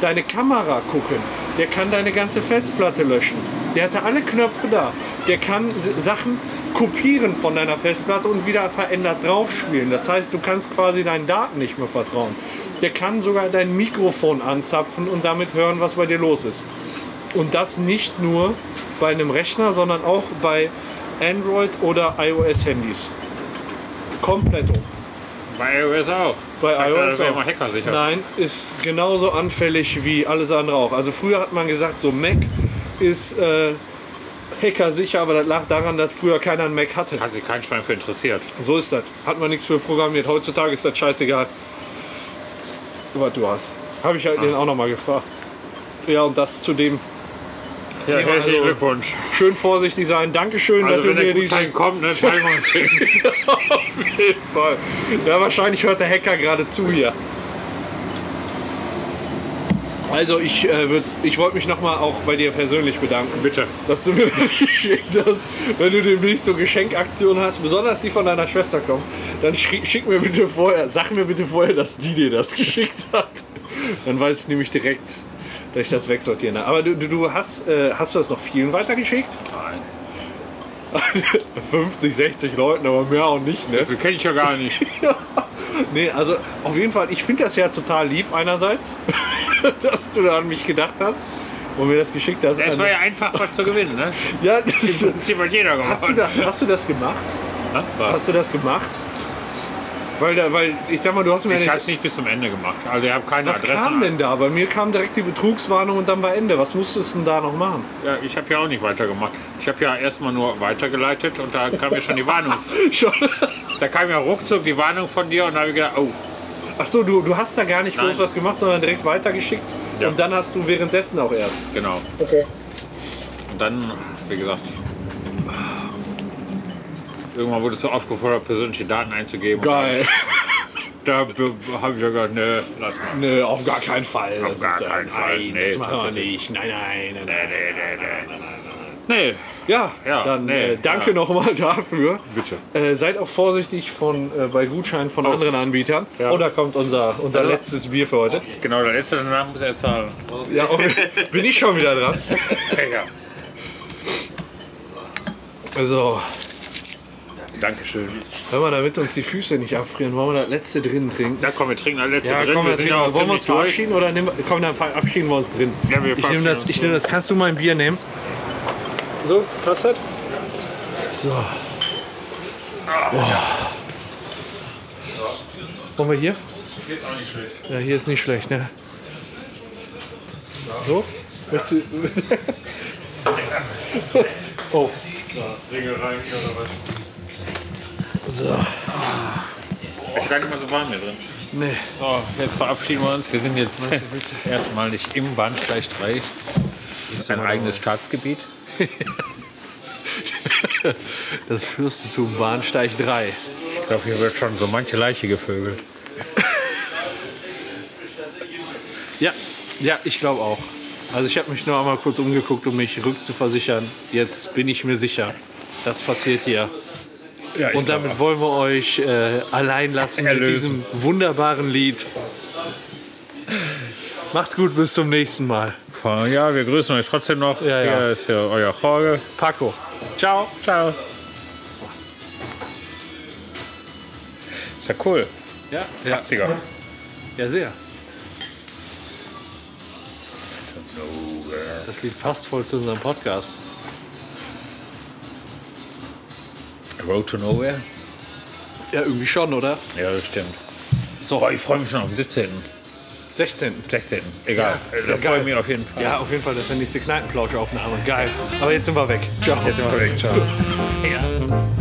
Speaker 2: deine Kamera gucken, der kann deine ganze Festplatte löschen, der hatte alle Knöpfe da, der kann S- Sachen kopieren von deiner Festplatte und wieder verändert draufspielen. Das heißt, du kannst quasi deinen Daten nicht mehr vertrauen. Der kann sogar dein Mikrofon anzapfen und damit hören, was bei dir los ist. Und das nicht nur bei einem Rechner, sondern auch bei Android oder iOS-Handys. Komplett um.
Speaker 1: Bei iOS auch.
Speaker 2: Bei
Speaker 1: Da
Speaker 2: iOS
Speaker 1: wäre
Speaker 2: auch.
Speaker 1: mal Hacker sicher.
Speaker 2: Nein, ist genauso anfällig wie alles andere auch. Also früher hat man gesagt, so Mac ist äh, Hacker sicher, aber das lag daran, dass früher keiner einen Mac hatte.
Speaker 1: Hat sich kein Schwein für interessiert.
Speaker 2: So ist das. Hat man nichts für programmiert. Heutzutage ist das scheißegal, was du hast. Habe ich
Speaker 1: Ah.
Speaker 2: halt den auch nochmal gefragt. Ja, und das zu dem
Speaker 1: Ja,
Speaker 2: Thema,
Speaker 1: herzlichen
Speaker 2: also-
Speaker 1: Glückwunsch.
Speaker 2: schön vorsichtig sein. Dankeschön,
Speaker 1: Also
Speaker 2: dass
Speaker 1: wenn
Speaker 2: du mir
Speaker 1: der
Speaker 2: diesen
Speaker 1: Gutschein kommt, ne, teilen wir uns den.
Speaker 2: <laughs> Auf jeden Fall. Ja, wahrscheinlich hört der Hacker gerade zu hier. Also ich, äh, würd- ich wollte mich nochmal auch bei dir persönlich bedanken,
Speaker 1: Bitte.
Speaker 2: dass du mir <laughs> das geschickt hast. Wenn du demnächst so Geschenkaktionen hast, besonders die von deiner Schwester kommen, dann schri- schick mir bitte vorher, sag mir bitte vorher, dass die dir das <laughs> geschickt hat. Dann weiß ich nämlich direkt, dass ich das wegsortieren habe. Aber du, du, du hast, äh, hast du das noch vielen weitergeschickt? <laughs>
Speaker 1: Nein.
Speaker 2: 50, 60 Leuten, aber mehr auch nicht, <laughs> ne?
Speaker 1: Wir kenne ich ja gar nicht.
Speaker 2: <laughs> Nee, also auf jeden Fall, ich finde das ja total lieb einerseits, <laughs> dass du da an mich gedacht hast und mir das geschickt hast.
Speaker 1: Es war ja einfach was zu gewinnen, ne?
Speaker 2: ja, <laughs>
Speaker 1: Ziemlich jeder gemacht.
Speaker 2: hast, du das, hast du das gemacht?
Speaker 1: Ne? Was?
Speaker 2: Hast du das gemacht? Weil, da, weil ich sag mal, du hast mir ja
Speaker 1: Ich
Speaker 2: nicht-
Speaker 1: habe es nicht bis zum Ende gemacht. Also ich habe keine
Speaker 2: Was
Speaker 1: Adresse.
Speaker 2: kam denn da? Bei mir kam direkt die Betrugswarnung und dann war Ende. Was musstest du denn da noch machen? <laughs>
Speaker 1: Ja, ich habe ja auch nicht weitergemacht. Ich habe ja erstmal nur weitergeleitet und da kam ja schon die Warnung.
Speaker 2: <laughs> Schon.
Speaker 1: Da kam ja ruckzuck die Warnung von dir und da habe ich gedacht, oh,
Speaker 2: Ach so, du, du hast da gar nicht groß
Speaker 1: Nein.
Speaker 2: was gemacht, sondern direkt weitergeschickt.
Speaker 1: Ja.
Speaker 2: Und dann hast du währenddessen auch erst.
Speaker 1: genau. Und dann, wie gesagt, irgendwann wurdest du aufgefordert, persönliche Daten einzugeben.
Speaker 2: Geil. <laughs>
Speaker 1: Da habe ich ja gesagt, ne, lass mal.
Speaker 2: Nö, auf gar keinen Fall. Auf
Speaker 1: gar keinen Fall.
Speaker 2: Nein,
Speaker 1: Nee,
Speaker 2: das machen wir
Speaker 1: tatsächlich.
Speaker 2: nicht. Nein, nein, nein,
Speaker 1: Nee,
Speaker 2: nein.
Speaker 1: nee, nee, nee. Nee,
Speaker 2: Ja,
Speaker 1: Ja,
Speaker 2: dann
Speaker 1: nee,
Speaker 2: äh, danke
Speaker 1: ja.
Speaker 2: nochmal dafür.
Speaker 1: Bitte.
Speaker 2: Äh, seid auch vorsichtig von, äh, bei Gutscheinen von anderen Anbietern.
Speaker 1: Ja.
Speaker 2: Oh, da kommt unser, unser
Speaker 1: Also-
Speaker 2: letztes Bier für heute.
Speaker 1: genau, der letzte danach muss er zahlen.
Speaker 2: Ja, oh,
Speaker 1: <laughs>
Speaker 2: bin ich schon wieder dran.
Speaker 1: Ja.
Speaker 2: Also,
Speaker 1: Dankeschön.
Speaker 2: hör mal, damit uns die Füße nicht abfrieren, wollen wir das letzte drin trinken?
Speaker 1: Na komm, wir trinken das letzte
Speaker 2: Ja,
Speaker 1: drin.
Speaker 2: komm, wir
Speaker 1: sind
Speaker 2: trinken.
Speaker 1: ja auch
Speaker 2: wollen wir uns
Speaker 1: ziemlich durch.
Speaker 2: verabschieden oder nehmen, wir- komm, dann verabschieden wir uns drin.
Speaker 1: Ja, wir
Speaker 2: ich nehme das,
Speaker 1: verabschieden
Speaker 2: ich nehme das. Kannst du mein Bier nehmen? So, passt das? So. Oh. Wollen wir hier? Ja, hier ist nicht schlecht, ne? So? Möchtest du- <laughs> oh. So.
Speaker 1: Ist gar nicht mal so warm hier drin.
Speaker 2: Nee.
Speaker 1: So, jetzt verabschieden wir uns. Wir sind jetzt <laughs> erstmalig im Bahnsteig 3. Das ist ein eigenes Staatsgebiet.
Speaker 2: Das Fürstentum Bahnsteig 3.
Speaker 1: Ich glaube, hier wird schon so manche Leiche gevögelt.
Speaker 2: Ja, ja, ich glaube auch. Also ich habe mich nur einmal kurz umgeguckt, um mich rückzuversichern. Jetzt bin ich mir sicher, das passiert hier.
Speaker 1: Ja,
Speaker 2: Und damit wollen wir euch äh, allein lassen mit
Speaker 1: Erlösen.
Speaker 2: diesem wunderbaren Lied. Macht's gut, bis zum nächsten Mal.
Speaker 1: Ja, wir grüßen euch trotzdem noch.
Speaker 2: Ja, ja.
Speaker 1: Hier ist ja euer Jorge.
Speaker 2: Paco.
Speaker 1: Ciao. Ciao. Ist ja cool.
Speaker 2: Ja,
Speaker 1: 80er.
Speaker 2: ja sehr. Das Lied passt voll zu unserem Podcast.
Speaker 1: Road to Nowhere?
Speaker 2: Ja, irgendwie schon, oder?
Speaker 1: Ja, das stimmt. So, Boah, ich freue mich schon auf den 17.
Speaker 2: 16.
Speaker 1: 16. Egal.
Speaker 2: Ja,
Speaker 1: Äh, da
Speaker 2: ja,
Speaker 1: freue
Speaker 2: geil.
Speaker 1: ich mich auf jeden Fall.
Speaker 2: Ja, auf jeden Fall, das ist der nächste Kneipenplausch-Aufnahme. Geil. Aber jetzt sind wir weg. Ciao.
Speaker 1: Jetzt sind wir weg. Ciao.
Speaker 2: Ja.